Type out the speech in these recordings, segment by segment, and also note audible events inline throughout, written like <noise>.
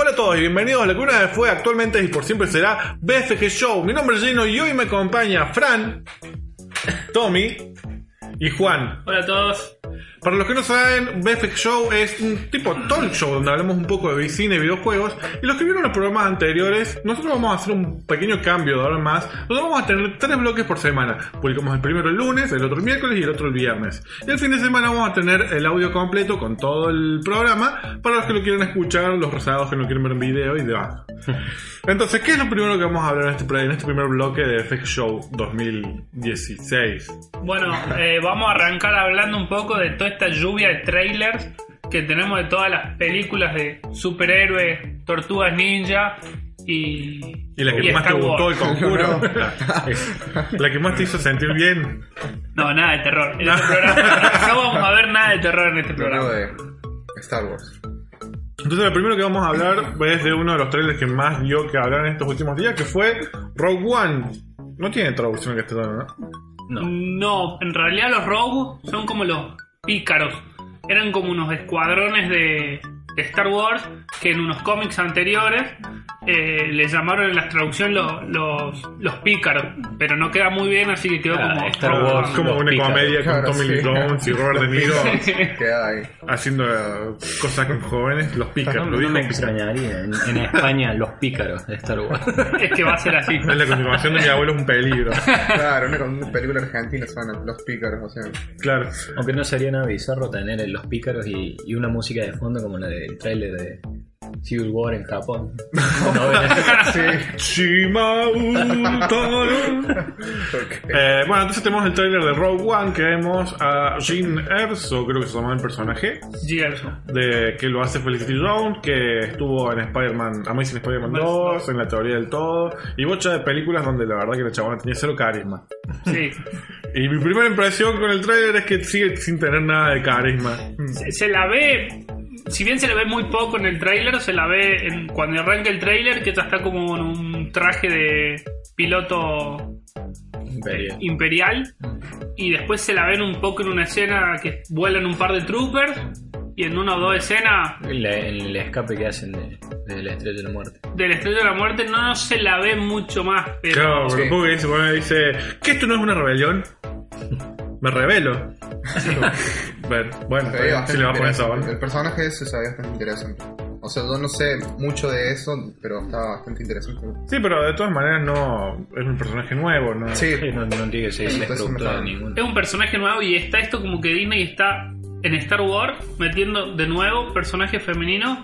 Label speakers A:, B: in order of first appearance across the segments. A: Hola a todos y bienvenidos a lo que una vez fue, actualmente y por siempre será BFG Show. Mi nombre es Gino y hoy me acompaña Fran, Tommy y Juan.
B: Hola a todos.
A: Para los que no saben, BFG Show es un tipo talk show donde hablamos un poco de cine y videojuegos. Y los que vieron los programas anteriores, nosotros vamos a hacer un pequeño cambio de ahora en más. Nosotros vamos a tener tres bloques por semana. Publicamos el primero el lunes, el otro el miércoles y el otro el viernes. Y el fin de semana vamos a tener el audio completo con todo el programa para los que lo quieren escuchar, los rosados que no quieren ver en video y demás. Entonces, ¿qué es lo primero que vamos a hablar en este, pro- en este primer bloque de BFG Show 2016?
B: Bueno, eh, vamos a arrancar hablando un poco de toda esta lluvia de trailers que tenemos de todas las películas de superhéroes, tortugas ninja y.
A: Y la que más te
B: Star
A: gustó el
B: Wars.
A: conjuro. <laughs>
C: No.
A: la que más te hizo sentir bien.
B: No, nada de terror.
A: <laughs>
B: En este programa- no vamos a ver nada de terror en este
C: Lo nuevo
B: programa.
C: de Star Wars.
A: Entonces lo primero que vamos a hablar es de uno de los trailers que más dio que hablar en estos últimos días, que fue Rogue One. No tiene traducción en castellano, ¿no?
B: No, en realidad los Rogue son como los pícaros. Eran como unos escuadrones de, de Star Wars que en unos cómics anteriores eh, les llamaron en la traducción lo- los, los pícaros, pero no queda muy bien, así que quedó <laughs>
D: Ah,
B: como
D: Star
B: Rogue
D: Wars.
A: Es
B: One.
A: como
D: Los
A: una
D: pícaros,
A: comedia con
C: claro,
A: Tommy Lee
C: sí.
A: Jones y Robert De Niro
C: Queda ahí.
A: haciendo eh, cosas con jóvenes. Los
D: No,
A: pícaros,
D: no
A: lo dijo.
D: me extrañaría. En, en España, los pícaros de Star Wars.
B: Es que va a ser así.
A: Es la continuación de mi abuelo es un peligro.
C: Claro, una, una película argentina son los pícaros, o sea.
A: Claro.
D: <laughs> Aunque no sería nada bizarro tener en los pícaros y, y una música de fondo como la del tráiler de Civil War en <laughs> Japón. Novela.
C: Sí.
A: Chimauton.
C: Ok.
A: Eh, bueno, entonces tenemos el tráiler de Rogue One que vemos a Jean Erso, creo que se llama el personaje,
B: Gerson.
A: de que lo hace Felicity Jones, que estuvo en Spider-Man, Amazing Spider-Man 2, en La Teoría del Todo, y bocha de películas donde la verdad que la chabona tenía cero carisma.
B: Sí.
A: Y mi primera impresión con el tráiler es que sigue sin tener nada de carisma.
B: Se, se la ve. Si bien se la ve muy poco en el tráiler, se la ve en- cuando arranca el tráiler que ella está como en un traje de piloto
D: Imperial.
B: imperial y después se la ven un poco en una escena que vuelan un par de troopers y en una o dos escenas
D: Y la- el escape que hacen de, de la estrella de la muerte.
B: del Estrella de la Muerte no se la ve mucho más, pero
A: Claro, porque
C: Sí.
A: supongo que dice, bueno, dice, ¿que esto no es una rebelión? <laughs> Me revelo. <laughs> bueno, bueno,
C: Se veía bastante
A: se le va a poner
C: interesante.
A: sabor.
C: El personaje ese se veía bastante interesante. O sea, yo no sé mucho de eso, pero estaba bastante interesante.
A: Sí, pero de todas maneras no es un personaje nuevo, ¿no?
C: Sí,
D: No, no tiene que ser la
C: Entonces,
D: estructura de
C: no.
D: ninguno.
B: es un personaje nuevo y está esto como que Disney está en Star Wars metiendo de nuevo personajes femeninos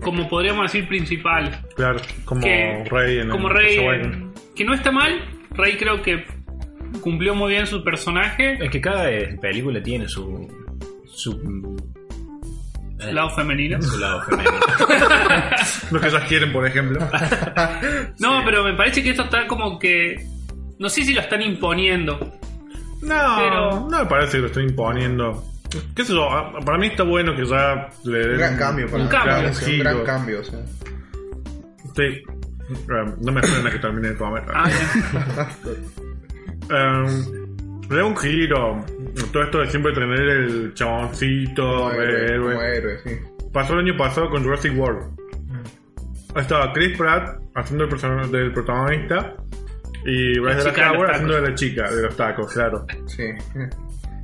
B: como podríamos decir principales.
A: Claro, como
B: que-
A: Rey en
B: como
A: el-
B: Rey
A: Force
B: en-
A: Awakens.
B: que no está mal, Rey creo que cumplió muy bien su personaje,
D: Es que cada eh, película tiene su. su. eh,
B: lado femenino.
D: su lado femenino.
A: Los que ellas quieren, por
B: <laughs>
A: ejemplo.
B: No, pero me parece que esto está como que. No sé si lo están imponiendo.
A: No,
B: Pero-
A: no me parece que lo estoy imponiendo. ¿Qué sé yo? ah, Para mí está bueno que ya le den.
C: un gran cambio. para-
B: Un cambio.
C: claro, sí, un gran
A: Giro.
C: cambio, o sea.
A: Sí. Eh, No me esperen a que termine de comer.
B: Ah, bien.
A: Eh, le da un giro. Todo esto de siempre tener el chaboncito,
C: Como
A: el
C: héroe,
A: héroe.
C: como héroe, sí.
A: Pasó el año pasado con Jurassic World. Estaba Chris Pratt haciendo el personaje del protagonista y Bryce
B: chica de
A: Dallas
B: los
A: Howard
B: tacos.
A: haciendo de la chica de los tacos, claro.
C: Sí.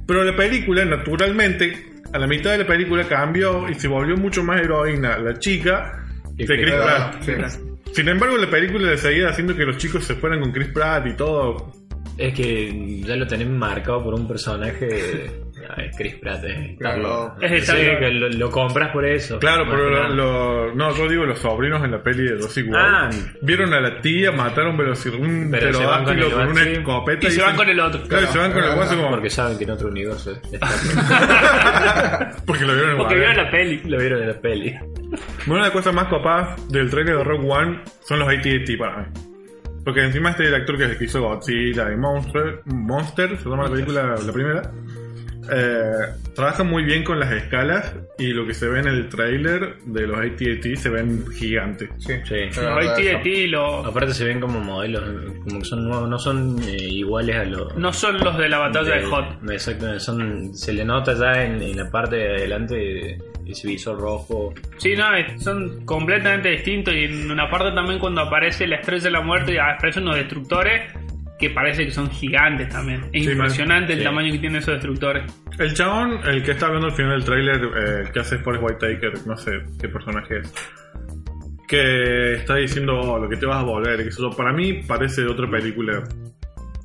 A: Pero la película, naturalmente, a la mitad de la película cambió y se volvió mucho más heroína la chica que
D: Y
A: Chris
D: Chris
A: Pratt.
C: Sí.
A: Sin embargo, la película le seguía haciendo que los chicos se fueran con Chris Pratt y todo.
D: Es que ya lo tenés marcado por un personaje no, es Chris Pratt, es
C: Claro.
D: Carlos.
B: Es el
D: Sí,
B: Charlie.
D: que lo, lo compras por eso.
A: Claro,
D: Más
A: pero
D: que
A: lo-
D: nada.
A: lo- no, yo digo los sobrinos en la peli de Jurassic
D: Ah.
A: World. Vieron a la tía, mataron veloci- un
D: Pero se van con
A: pterodáctilo
D: el
A: con una
D: Banshee.
A: escopeta.
B: <laughs> Y se van
A: dicen-
B: con el otro.
A: Claro, y se van con el
C: Claro,
A: guaso como.
D: Porque saben que en otro universo
A: <laughs>
D: es- está-
A: Porque lo vieron en
B: Porque
A: Guardianes.
B: vieron la peli.
D: lo vieron en la peli.
A: Bueno, una de las cosas más copadas del trailer de Rock One son los ATT para mí. Porque encima este director que que hizo Godzilla y Monster, Monster se llama la película, la primera, eh, trabaja muy bien con las escalas y lo que se ve en el trailer de los ATT se ven gigantes.
C: Sí.
D: Sí.
C: Pero
B: Los
C: no, eso.
B: AT&T lo-
D: Aparte se ven como modelos, como que son nuevos, no son eh, iguales a los...
B: no son los de la batalla de, Hot.
D: Exactamente, son, se le nota ya en, en la parte de adelante ese visor rojo.
B: Sí, no, es- son completamente distintos. Y en una parte también cuando aparece la estrella de la muerte y aparecen los destructores que parece que son gigantes también. Es
A: Sí,
B: impresionante el
D: sí.
B: tamaño que tienen esos destructores.
A: El chabón, el que está hablando al final del tráiler, eh, el que hace Forrest Whitaker, no sé qué personaje es, que está diciendo "Oh, lo que te vas a volver, que eso para mí parece de otra película.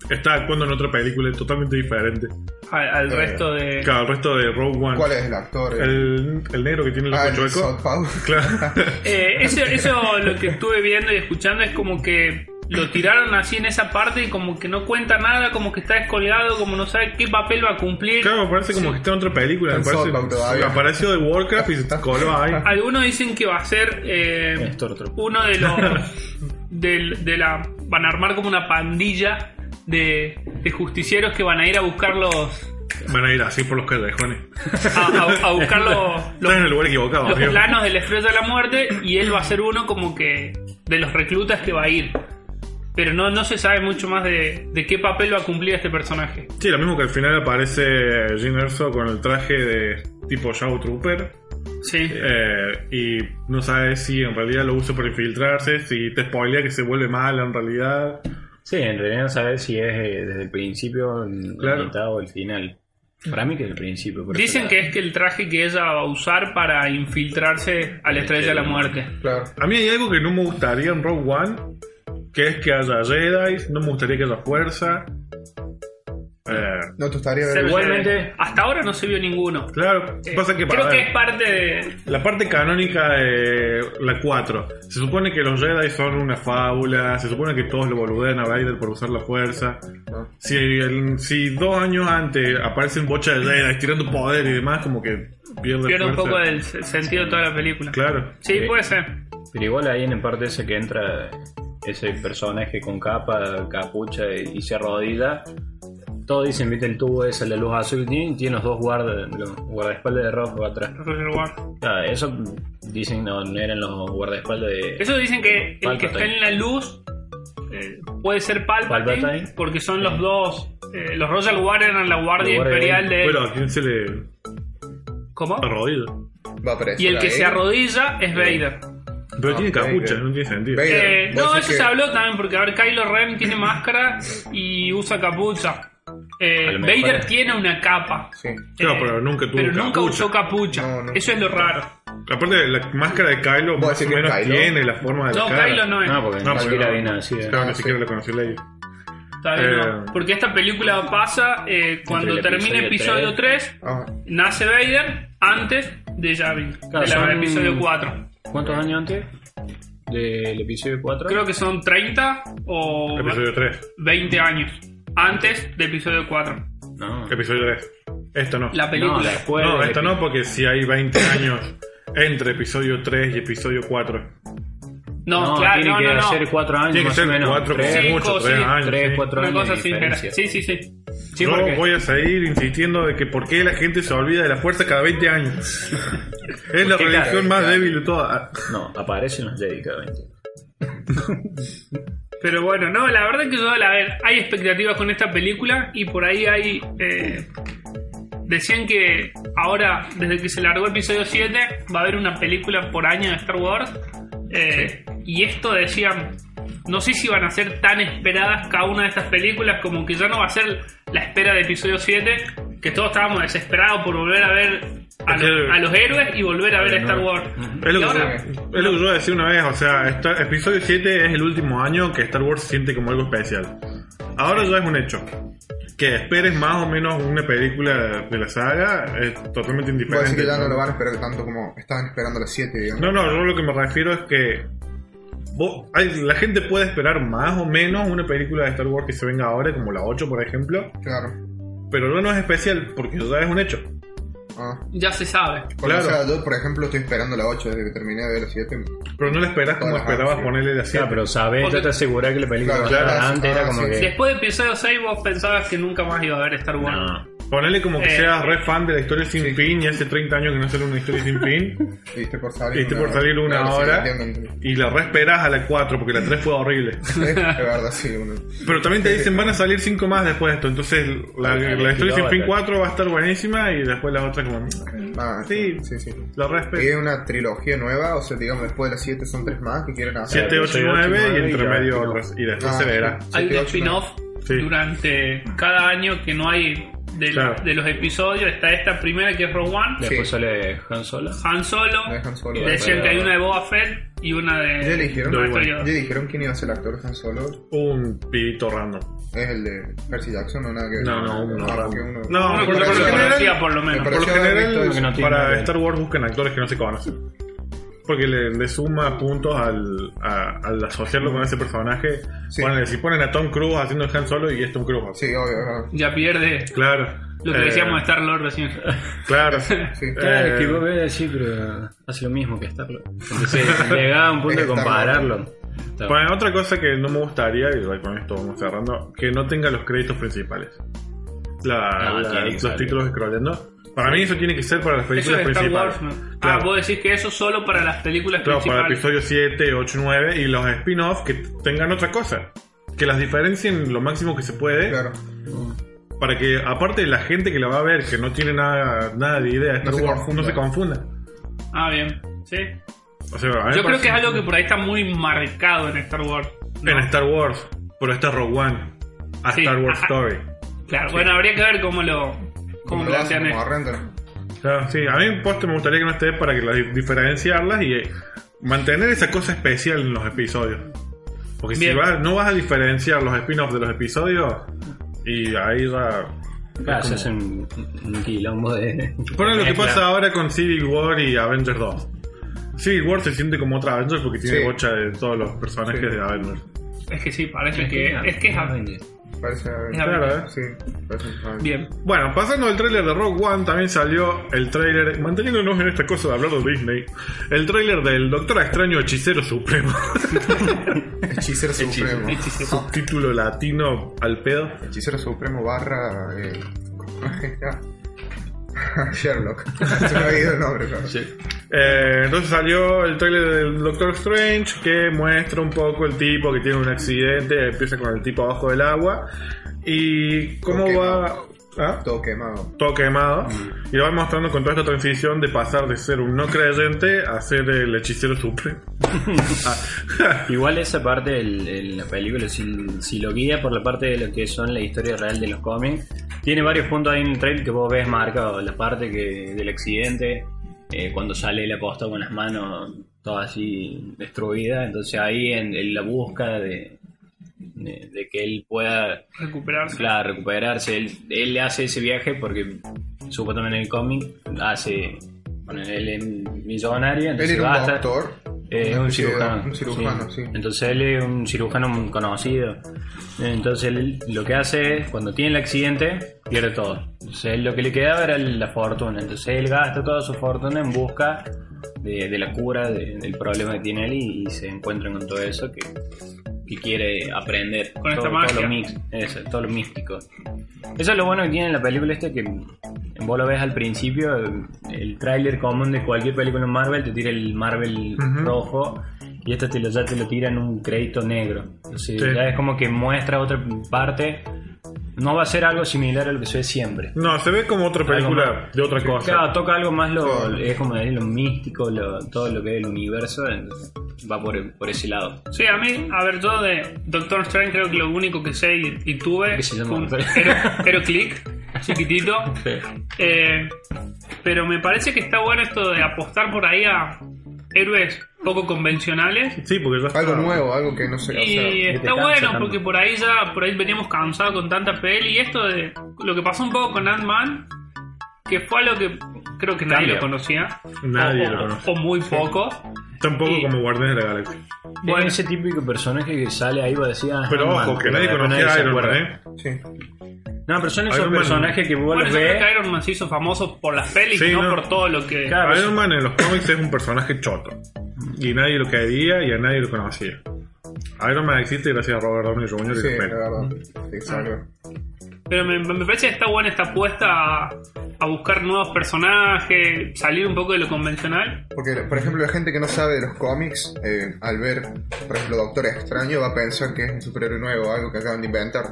A: Está actuando en otra película totalmente diferente.
B: Al, al
C: Eh,
B: resto de...
A: Claro, el resto de Rogue One.
C: ¿Cuál es el actor?
A: El, el negro que tiene el
C: Ah,
A: ojo
C: el
A: chueco.
C: South Park.
A: Claro.
B: Eh, eso, eso lo que estuve viendo y escuchando es como que lo tiraron así en esa parte y como que no cuenta nada, como que está descolgado, como no sabe qué papel va a cumplir.
A: Claro, me parece como que está en otra película.
C: Está
A: Me
C: en Southbound
A: parece,
C: todavía.
A: apareció de Warcraft y se coló ahí.
B: Algunos dicen que va a ser eh,
D: Stormtrooper.
B: uno de los... del- de la, van a armar como una pandilla de, de justicieros que van a ir a buscar los...
A: Van a ir así por los callejones.
B: a, a- a
A: <laughs>
B: buscar los,
A: Están en el
B: los,
A: lugar equivocado.
B: los
A: amigo.
B: planos de la estrella de la muerte y él va a ser uno como que de los reclutas que va a ir. Pero no, no se sabe mucho más de, de qué papel va a cumplir este personaje.
A: Sí, lo mismo que al final aparece Jin Erso con el traje de tipo Shadow Trooper.
B: Sí.
A: Eh, y no sabe si en realidad lo usa para infiltrarse, si te spoilea que se vuelve malo en realidad.
D: Sí, en realidad no sabes si es eh, desde el principio, en-
A: Claro.
D: la mitad o el final. Para mí que es el principio. por eso
B: Dicen
D: la-
B: que es que el traje que ella va a usar para infiltrarse a la estrella de la muerte.
C: <laughs> Claro.
A: A mí hay algo que no me gustaría en Rogue One, que es que haya Jedi, no me gustaría que haya fuerza. Eh,
C: No, tú estarías
B: Se-
D: Igualmente-
B: Hasta ahora no se vio ninguno.
A: claro,
B: Eh,
A: pasa que
B: creo
A: para
B: que
A: ver,
B: es parte de...
A: la parte canónica de la 4, se supone que los Jedi son una fábula, se supone que todos lo boludean a Vader por usar la fuerza.
C: No.
A: Si, el- si dos años antes aparecen bocha de Jedi tirando poder y demás, como que pierde
B: Pierde un
A: fuerza.
B: poco del se- sentido de toda la película.
A: Claro.
B: Sí,
D: Sí.
B: puede ser.
D: Pero igual ahí en el parte ese que entra ese personaje con capa, capucha y, y se arrodilla. Todos dicen, viste el tubo ese, la luz azul, tiene, tiene los dos guarda, los guardaespaldas de rock atrás.
B: Roger Ward.
D: Ah, eso dicen, no, no eran los guardaespaldas de...
B: Eso dicen que el que
D: Palpatine.
B: está en la luz eh, puede ser Palpatine,
D: Palpatine.
B: porque son los dos. eh, los Royal Guard eran la guardia
D: Los Guardia
B: imperial de.
A: Bueno, ¿a quién se le
B: ¿Cómo?
A: arrodilla?
C: Va a aparecer
B: Y el que
C: ahí.
B: se arrodilla es Vader.
A: Pero
C: Ah,
A: tiene capucha,
C: Vader.
A: no tiene sentido.
C: Vader.
B: Eh,
C: Vos
B: no,
C: decís
B: eso se
C: que-
B: habló también porque, a ver, Kylo Ren tiene máscara y usa capucha. Eh,
D: A lo mejor.
B: Vader tiene una capa.
C: Sí.
A: Claro,
B: Eh,
A: pero nunca tuvo
B: pero nunca
A: capucha.
B: usó capucha.
C: No, no.
B: Eso es lo raro.
A: Aparte, la máscara de Kylo
C: ¿Vos
A: más o
C: decís que
A: menos
C: Kylo?
A: tiene la forma de
B: No,
A: la cara.
B: Kylo no es.
D: No, porque
A: No,
D: ni
A: porque
D: siquiera
A: no.
D: viene así. eh.
A: Claro,
C: Ah,
A: ni
C: sí.
A: siquiera la conocí Leia.
B: Todavía
A: Eh,
B: no. Porque esta película pasa eh, cuando
D: Entre el
B: termina
D: episodio
B: episodio 3,
C: Ah,
B: nace Vader antes de Yavin,
D: Claro,
B: de la
D: son-
B: episodio 4.
D: ¿Cuántos años antes del episodio 4?
B: Creo que son 30 o
A: Episodio 3.
B: 20 años antes de episodio 4.
D: No,
A: Episodio 3. Esto no.
B: La
D: no
B: película.
D: después
A: no,
D: del
A: esto no, porque si hay 20 años entre episodio 3 y episodio 4.
B: No,
D: No,
B: claro,
D: tiene
B: no,
D: que
B: no, no.
D: hacer cuatro años
A: Tiene que
D: más
A: ser
D: o menos.
A: cuatro, como
D: tres,
B: sí,
A: mucho,
B: sí,
A: 3 años.
D: tres,
A: sí.
D: cuatro
B: Una
D: años
B: cosa
D: de
B: así,
D: diferencia.
B: Sí, sí, sí.
D: Sí,
A: Yo
D: porque-
A: voy a seguir insistiendo de que por qué la gente se olvida de la fuerza cada 20 años.
D: <laughs>
A: es la
D: qué cada
A: religión
C: 20
A: más
C: años?
A: débil de todas.
D: No, aparecen los Jedi cada 20.
B: Pero bueno, no, la verdad que yo, a ver, hay expectativas con esta película y por ahí hay... eh, decían que ahora, desde que se largó el episodio 7, va a haber una película por año de Star Wars. eh, Y esto decían, no sé si van a ser tan esperadas cada una de estas películas como que ya no va a ser la espera de episodio 7, que todos estábamos desesperados por volver a ver a,
A: Este-
B: los- a los héroes y volver a ver a Star Wars.
A: Es lo,
B: Y
A: que,
B: ahora-
A: yo- es lo que yo decía una vez, o sea, Star- episodio 7 es el último año que Star Wars se siente como algo especial. Ahora ya es un hecho. que esperes más o menos una película de la saga es totalmente
C: Puedo decir
A: indiferente.
C: que ya no lo van a esperar tanto como estaban esperando las 7, digamos.
A: No, no, yo lo que me refiero es que vos- hay- la gente puede esperar más o menos una película de Star Wars que se venga ahora, como la 8 por ejemplo,
C: Claro.
A: pero no es especial porque ya es un hecho.
C: Ah.
B: Ya se sabe.
C: Porque,
A: Claro.
C: o sea, yo, por ejemplo, estoy esperando la 8 desde que terminé de ver la 7.
A: Pero no la esperas como
C: Ajá,
A: esperabas
C: sí.
A: ponerle la 7.
D: Claro, pero sabes,
B: Porque-
D: yo te aseguré que la película
C: Claro,
D: va a estar
C: claro,
D: antes, era
C: ah,
D: como
C: sí.
D: que.
B: Después de episodio 6 vos pensabas que nunca más iba a haber Star Wars.
D: No.
A: Ponele como que
B: Eh.
A: seas re fan de la historia sin fin y hace 30 años que no sale una historia sin
D: <laughs>
A: fin
C: Viste por salir
A: Viste por salir una
C: Claro, sí,
A: hora. <laughs>
C: entiendo, entiendo.
A: y la re esperas a la 4 porque la 3 fue horrible.
C: Es verdad, sí. Uno.
A: Pero también te dicen van a salir 5 más después de esto, entonces la,
D: Ay,
A: la historia sin fin
D: kilómetros.
A: 4 va a estar buenísima y después la otra como...
C: Ah,
A: Sí. Pues
C: sí, sí.
A: La re esperas.
C: Y es una trilogía nueva, o sea, digamos, después de las 7 son 3 más que quieren hacer.
A: 7, 8,
D: Siete, ocho,
A: 9 y
D: nueve,
A: entre
D: y ya,
A: medio
D: tipo.
A: otras. Y después
C: Ah,
A: se verá.
C: sí.
B: Hay un
C: Siete, ocho,
B: spin-off
A: Sí.
B: durante cada año que no hay de,
A: Claro.
B: de los episodios. Está esta primera que es Rogue One,
D: Después
C: Sí.
D: sale Han Solo.
B: Han Solo.
C: No dejan solo.
D: Y
C: Ya
B: Decían
D: Bueno,
B: que hay una de Boba Fett y una de.
C: eligieron.
B: una
A: Muy bueno.
B: historia.
C: Ya dijeron quién iba a ser el actor tan solo.
A: Un pibito random.
C: Es el de Percy Jackson o nada que ver.
A: No, no, uno
C: Ah,
A: random.
C: porque uno-
A: No,
B: Uno
A: por
B: que
A: lo
B: no se
A: general-
B: conocía, por lo
C: me
B: menos.
A: Por lo
C: Pareció haber visto
A: general,
C: eso.
D: Que no tiene
A: para
D: nada.
A: Star Wars buscan actores que no se conocen. Porque le, le suma puntos al, a- al asociarlo con ese personaje.
C: Sí.
A: Ponele, si ponen a Tom Cruise haciendo el Han Solo y es Tom Cruise.
C: Sí, obvio, no.
B: Ya pierde
A: Claro.
B: lo que
A: Eh,
B: decíamos de Star Lord recién.
A: Claro.
C: Sí.
D: Claro, es que
A: Eh,
D: vos ves decir, pero hace lo mismo que Star Lord. <laughs> Entonces llegaba a un punto de
C: Star Lord.
D: compararlo. Está-
A: bueno, otra cosa que no me gustaría, y con esto vamos cerrando, que no tenga los créditos principales. La-
D: No,
A: la-
D: Ah, tiene que
A: los
D: salir.
A: títulos scrollando. Para mí eso tiene que ser para las
B: Eso
A: películas
B: es Star
A: principales.
B: Wars, ¿no?
A: Claro.
B: Ah, vos decís que eso solo para las películas
A: Claro, para
B: principales.
A: episodio 7, 8, 9 y los spin-offs que t- tengan otra cosa. Que las diferencien lo máximo que se puede.
C: Claro.
A: Para que, aparte, la gente que la va a ver, que no tiene nada, nada de idea de Star
C: No se
A: Wars,
C: confunda.
A: no se confunda.
B: Ah, bien. Sí.
A: O sea, a mí me
B: Yo creo
A: parece-
B: que es algo que por ahí está muy marcado en Star Wars. ¿no?
A: En Star Wars, pero está Rogue One. A
B: Sí,
A: Star Wars
B: ajá.
A: Story.
B: Claro, bueno, habría que ver cómo lo. cómo
C: Como lo hacen,
B: plantean
C: como
B: esto.
C: arrancan.
A: Claro, sí, a mí en poste me gustaría que no esté para que las di- diferenciarlas y eh, mantener esa cosa especial en los episodios. Porque si
B: Bien.
A: vas, no vas a diferenciar los spin-offs de los episodios y ahí va.
D: Claro, se hace un, un quilombo de.
A: Ponen lo que
D: mezcla.
A: pasa ahora con Civil War y Avengers 2. Civil War se siente como otra Avengers porque tiene
C: Sí.
A: bocha de todos los personajes
C: Sí.
A: de Avengers.
B: Es que sí, parece que. Es que es.
C: Parece haber.
B: Es
A: Claro, ¿eh?
C: Sí, parece haber-
B: Bien.
A: Bueno, pasando al tráiler de Rock One, también salió el tráiler, manteniéndonos en esta cosa de hablar de Disney, el tráiler del Doctor Extraño Hechicero Supremo,
C: Hechicero Supremo.
B: Hechicero.
A: título latino al pedo.
C: Hechicero Supremo barra. Eh, <laughs> Sherlock. <laughs> Se me ha ido el nombre, claro.
A: Eh, entonces salió el tráiler del Doctor Strange que muestra un poco el tipo que tiene un accidente, empieza con el tipo abajo del agua y cómo
C: Todo Mm.
A: va... ¿Ah?
C: Todo quemado.
A: todo quemado y lo va mostrando con toda esta transición de pasar de ser un no creyente a ser el hechicero supremo. Ah,
D: Igual esa parte el- el- la película, si, si lo guía por la parte de lo que son la historia real de los cómics, tiene varios puntos ahí en el trailer que vos ves marcado. La parte que del accidente, eh, cuando sale la posta con las manos todas así destruidas, entonces ahí en, en la búsqueda de- de- de que él pueda
B: Recuperarse.
D: Claro, recuperarse. Él, él hace ese viaje porque supuestamente en el cómic hace. Bueno, él es millonario,
C: Él
D: entonces
C: era un
D: basta.
C: doctor.
D: Eh,
C: una
D: un
C: especie de-
D: cirujano.
C: Un cirujano, sí.
D: Entonces él es un cirujano conocido. Entonces él lo que hace es, cuando tiene el accidente, pierde todo. Entonces él lo que le quedaba era la fortuna. Entonces él gasta toda su fortuna en busca de, de la cura de- del problema que tiene él y, y se encuentra con todo eso que, que quiere aprender.
B: Con esta
D: todo,
B: magia.
D: Todo lo, mix- eso, todo lo místico. Eso es lo bueno que tiene la película esta que vos lo ves al principio, el- el tráiler común de cualquier película en Marvel te tira el Marvel rojo y esta te lo, ya te lo tira en un crédito negro. O
A: Sí.
D: sea, Ya es como que muestra otra parte. No va a ser algo similar a lo que se ve siempre.
A: no, se ve como otra película
D: más.
A: de otra cosa.
D: Claro, toca algo más lo,
C: Claro.
D: es como decir, lo místico, lo- todo lo que es el universo, entonces, va por, por ese lado.
B: Sí, a mí, a ver, yo de Doctor Strange creo que lo único que sé y, y tuve
D: Que se llama
B: fue un
D: Doctor.
B: ero- ero
D: <laughs>
B: click, chiquitito. Eh, pero me parece que está bueno esto de apostar por ahí a héroes poco convencionales.
A: Sí, porque ya está-
C: Algo nuevo, algo que no sé. o
B: Y
C: sea,
D: que te
B: está
D: cansa
B: bueno
D: tanto.
B: porque por ahí ya por ahí veníamos cansados con tanta peli y esto de lo que pasó un poco con Ant-Man que fue algo que creo que nadie
D: Cambia.
B: lo conocía
A: Nadie
B: o,
A: lo conoce.
B: o muy poco
A: Tampoco
B: Y-
A: como Guardianes de la Galaxia.
D: Bueno,
B: Bueno.
D: ese típico personaje que sale ahí va a decir. ah,
A: Pero
D: Ant-Man,
A: ojo, que
D: pero
A: nadie
D: después
A: conocía a
D: se
A: Iron Man,
D: acuerda.
A: ¿eh?
C: sí.
D: No, pero son esos
A: Iron Man-
D: personajes que vos
B: bueno,
D: los
B: yo creo
D: ves.
B: que Iron Man se hizo famoso por las pelis
A: Sí,
B: no,
A: no.
B: por todo lo que
D: Claro,
A: Iron Man en los cómics es un personaje choto. Y nadie lo quería y a nadie lo conocía. Iron Man existe gracias a Robert Downey Jr. y
C: Sí,
A: su
C: la
A: pelo.
C: verdad. Exacto.
B: pero me, me parece que está buena esta apuesta a, a buscar nuevos personajes salir un poco de lo convencional
C: Porque, por ejemplo, la gente que no sabe de los cómics, eh, al ver, por ejemplo, Doctor Extraño, va a pensar que es un superhéroe nuevo, algo que acaban de inventar.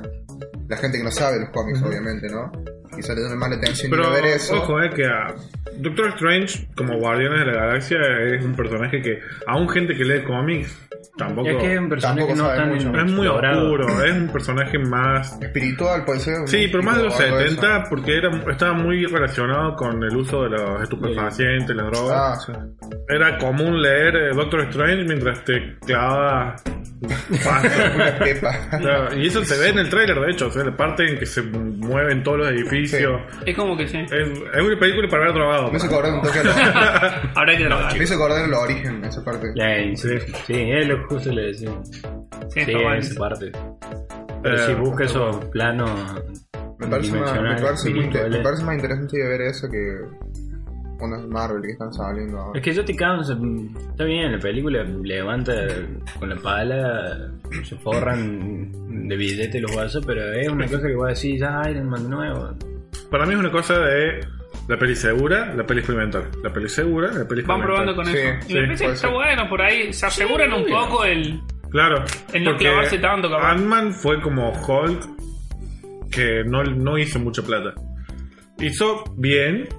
C: La gente que no sabe de los cómics, obviamente, ¿no? Quizá le llame más la atención ir
A: Pero
C: a ver eso.
A: ojo, eh, que a Doctor Strange, como Guardianes de la Galaxia, es un personaje que, aún gente que lee cómics, tampoco.
D: Es que es un personaje que
C: Tampoco
D: no
C: sabe
D: tan
C: mucho.
A: es muy
D: explorado.
A: oscuro, es un personaje más
C: Espiritual, puede ser.
A: Sí, pero más de los
C: o algo
A: 70
C: eso.
A: porque era, estaba muy relacionado con el uso de los estupefacientes, las
C: Ah,
A: drogas.
C: sí.
A: Era común leer eh, Doctor Strange mientras te clavabas
C: Una pepa.
A: Claro, y eso se ve en el tráiler, de hecho, o sea, la parte en que se mueven todos los edificios.
B: es como que sí
A: Es, es una película para ver drogado.
C: Me hizo acordar un toque a los,
B: habrá que drogar.
C: me hizo acordar los origen, esa parte.
D: Ya, sí, sí, es lo que justo le decía.
B: Sí,
D: Sí,
B: está bueno.
D: esa parte. Pero
A: Eh,
D: si busca esos planos.
C: Me parece, más, me
D: dimensionales,
C: parece muy inter-
D: espirituales.
C: me parece más interesante ir a ver eso que unos Marvel que están saliendo ahora.
D: Es que yo te canso. Está bien, la película levanta con la pala, se forran de billete los vasos, pero es una cosa que va a decir ya Iron Man de nuevo.
A: Para mí es una cosa de la peli segura, la peli experimental. La peli segura, la peli
B: van probando
A: experimental.
B: con
C: Sí,
B: eso
A: sí,
B: y me parece que
C: puede
B: está
C: ser.
B: bueno por ahí se aseguran un poco el
A: Claro.
B: En no
A: porque
B: clavarse tanto, capaz.
A: Ant-Man fue como Hulk que no, no hizo mucha plata. Hizo bien,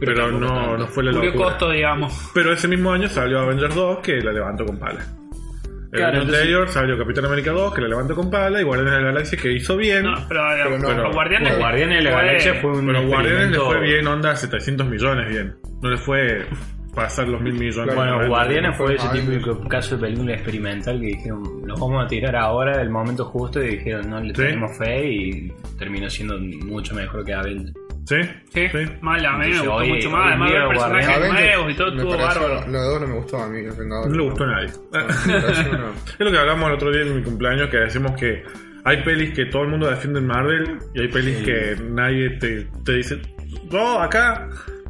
A: pero, no, no fue la
B: murió
A: locura.
B: costo digamos
A: Pero ese mismo año salió Avengers 2 que la levantó con pala. El
D: Claro,
A: año
D: entonces-
A: anterior salió Capitán América 2 que la levantó con pala y Guardianes de la Galaxia que hizo bien.
B: No, pero,
C: Pero no.
B: pero Guardianes,
D: Los Guardianes de la
B: fue-
D: Galaxia fue un.
A: pero Guardianes le
D: experimento-
A: fue bien, onda 700 millones bien. No le fue pasar los mil millones.
D: Bueno, Guardianes fue ese
C: Ay.
D: típico caso de película experimental que dijeron, nos vamos a tirar ahora del momento justo y dijeron, no le tenemos fe y terminó siendo mucho mejor que Avengers.
A: ¿Sí?
B: Sí, mal, a mí me
D: Dice,
B: gustó
D: "Oye,
B: mucho más. Además,
D: mira,
B: ver personajes
C: Avengers
B: nuevos y todo
C: me
B: estuvo
C: pareció-
B: bárbaro.
C: Los dos no me gustó a mí, los Vengadores.
A: No le gustó a nadie.
C: Me pareció una-
A: Es lo que hablamos el otro día en mi cumpleaños, que decimos que hay pelis que todo el mundo defiende en Marvel y hay pelis que nadie te, te dice, no, acá,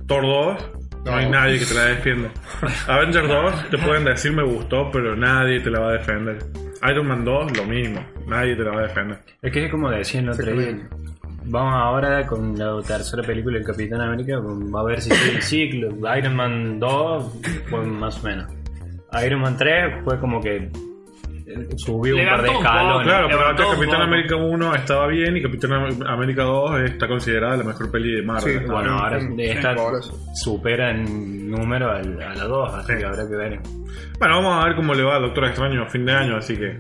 A: Thor 2, no, hay
C: No.
A: nadie que te la defienda. Avengers 2, te pueden decir me gustó, pero nadie te la va a defender. Iron Man 2, lo mismo, nadie te la va a defender.
D: Es que es como decía el otro día. Vamos ahora con la tercera película del Capitán América. Va a ver si sigue el ciclo. <laughs> Iron Man 2 fue más o menos. Iron Man 3 fue como que eh, subió un par
B: Levantó
D: de
B: un poco,
D: escalones.
A: Claro, pero
B: levantó
A: acá
B: un
A: Capitán
B: poco.
A: América 1 estaba bien y Capitán Am- América 2 está considerada la mejor peli de Marvel.
C: Sí,
D: Bueno, ahora
C: Mm,
D: esta
C: por eso.
D: supera en número al- a la 2, así que habrá que ver.
A: Bueno, vamos a ver cómo le va a Doctor Extraño a fin de año, así que...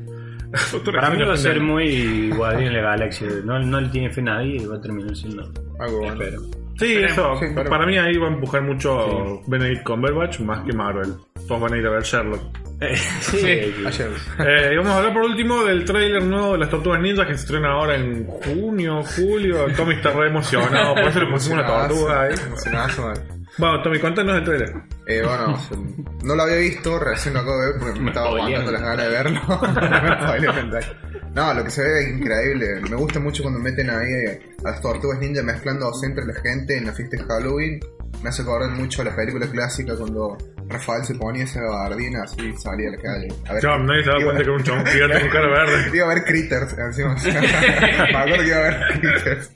A: <laughs> Doctor
D: Para
A: Extraño
D: mí va
A: fin de
D: a ser
A: año.
D: muy Guardian de la Galaxia. No, no le tiene fe a nadie y va a terminar siendo.
C: Algo bueno.
D: Espero.
A: Sí, eso.
C: sí, claro.
A: Para mí ahí va a empujar mucho Benedict Cumberbatch más que Marvel. Todos van a ir a ver Sherlock. <laughs>
D: sí,
C: Ayer.
A: Eh, y vamos a hablar por último del tráiler nuevo de las Tortugas Ninjas que se estrena ahora en junio, julio. Tommy está re emocionado, por eso le pusimos una tortuga ahí.
C: Emocionazo, mal.
A: Bueno, Tommy, cuéntanos el tráiler.
C: Eh, bueno, no lo había visto, recién lo acabo de ver porque me, estaba
D: spoilearon.
C: aguantando las ganas de verlo. Me spoilearon, dale. no, lo que se ve es increíble. Me gusta mucho cuando meten ahí a las tortugas ninja mezclando siempre la gente en la fiesta de Halloween. Me hace acordar mucho a la película clásica cuando Rafael se ponía esa gabardina así y salía a la calle. A ver,
A: Chao, nadie se da
C: iba-
A: cuenta que era un chabón gigante con cara verde.
C: Iba a ver Critters encima. <laughs> me acuerdo que iba a ver Critters.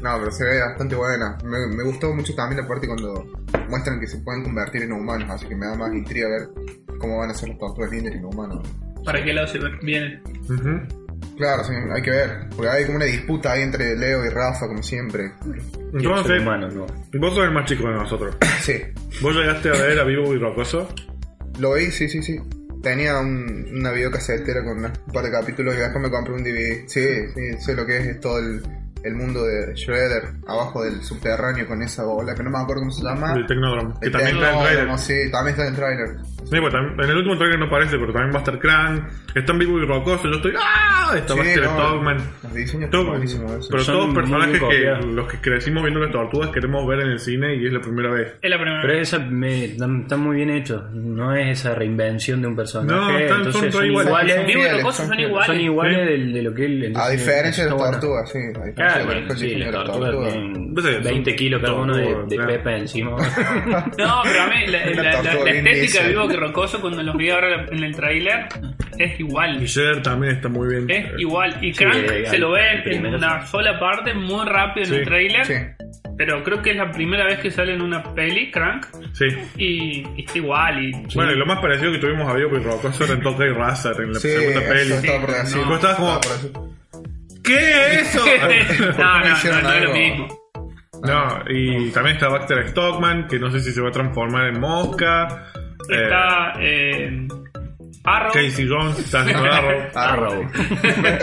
C: No, pero se ve bastante buena. Me, me gustó mucho también la parte cuando muestran que se pueden convertir en humanos, así que me da más intriga ver cómo van a ser los tortugas ninjas en humanos.
B: ¿Para qué lado se viene?
A: Ujú.
C: Claro, sí, hay que ver. Porque hay como una disputa ahí entre Leo y Rafa, como siempre.
A: Entonces,
D: humano, no.
A: vos sos el más chico de nosotros.
C: Sí.
A: Vos llegaste a ver a Vivo y Rocoso.
C: Lo vi, sí, sí, sí. Tenía un, una videocasetera con una- un par de capítulos y después me compré un DVD. Sí, sí, sé lo que es, es todo el, el mundo de Shredder abajo del subterráneo con esa bola que no me acuerdo cómo se llama.
A: De Tecnodrome. Que
C: Ah. El
A: también está en el
C: Tecnódromo,
A: trailer.
C: Sí, también está en el trailer.
A: Sí, pues, tam- en el último trailer no aparece, pero también va a estar Crank. Están vivo y rocoso. Yo estoy. ¡Ah! Está
C: Sí,
A: Buster
C: no, eh,
A: Dogman.
C: Los diseños
A: Todo-
C: están buenísimos. esos.
A: pero
D: Son
A: todos personajes
D: muy
A: que
D: copiados.
A: los que crecimos viendo las tortugas queremos ver en el cine y es la primera vez.
B: Es la primera
D: Pero
B: vez.
D: esa me- están están muy bien hechos. No es esa reinvención de un personaje.
A: No, están-
D: entonces
A: son
D: son,
A: todos iguales.
D: iguales.
B: Vivo y
C: fieles,
B: Rocoso
C: son
B: son
C: fieles.
B: iguales.
D: Son iguales del- de, lo que él.
C: A
D: entonces,
C: diferencia de las
D: está bueno.
C: tortugas, sí. A diferencia
D: Claro,
C: de
D: bueno,
C: los
D: sí,
C: diseños de
D: las
C: las
D: tortugas
C: tortugas.
D: tienen
A: Pues, son
D: 20 kilos cada uno de,
A: tortugas,
D: de
A: claro.
D: pepa
A: <laughs>
D: encima.
C: Ah,
B: No, pero a mí la, la-
C: Una
B: la-
C: tortuga
B: la
C: bien
B: estética
C: lisa.
B: de Vivo que Rocoso cuando los vi ahora en el tráiler es igual.
A: Y Shredder también está muy bien.
B: Es igual. Y Crank
D: eh,
B: se lo ve en
D: primero
B: una sola parte, muy rápido
A: Sí,
B: en el tráiler.
C: Sí.
B: Pero creo que es la primera vez que sale en una peli, Crank.
A: Sí.
B: Y, y está igual. Y,
A: Bueno, y
B: <laughs>
A: lo más parecido que tuvimos a Vivo y rocoso era en Toca y Razar en la
C: Sí,
A: segunda
C: eso
A: peli.
C: estaba por
B: Sí,
C: decir.
A: no. Estaba como-
C: Estaba por decir.
A: ¿Qué es eso?
B: no, no, no,
C: hicieron
B: no es lo
C: algo?
B: mismo.
A: <laughs> no, y también está Baxter Stockman, que no sé si se va a transformar en mosca. Eh,
B: Está eh, Arrow.
A: Casey Jones, está haciendo
B: <laughs>
A: Arrow.
D: Arrow.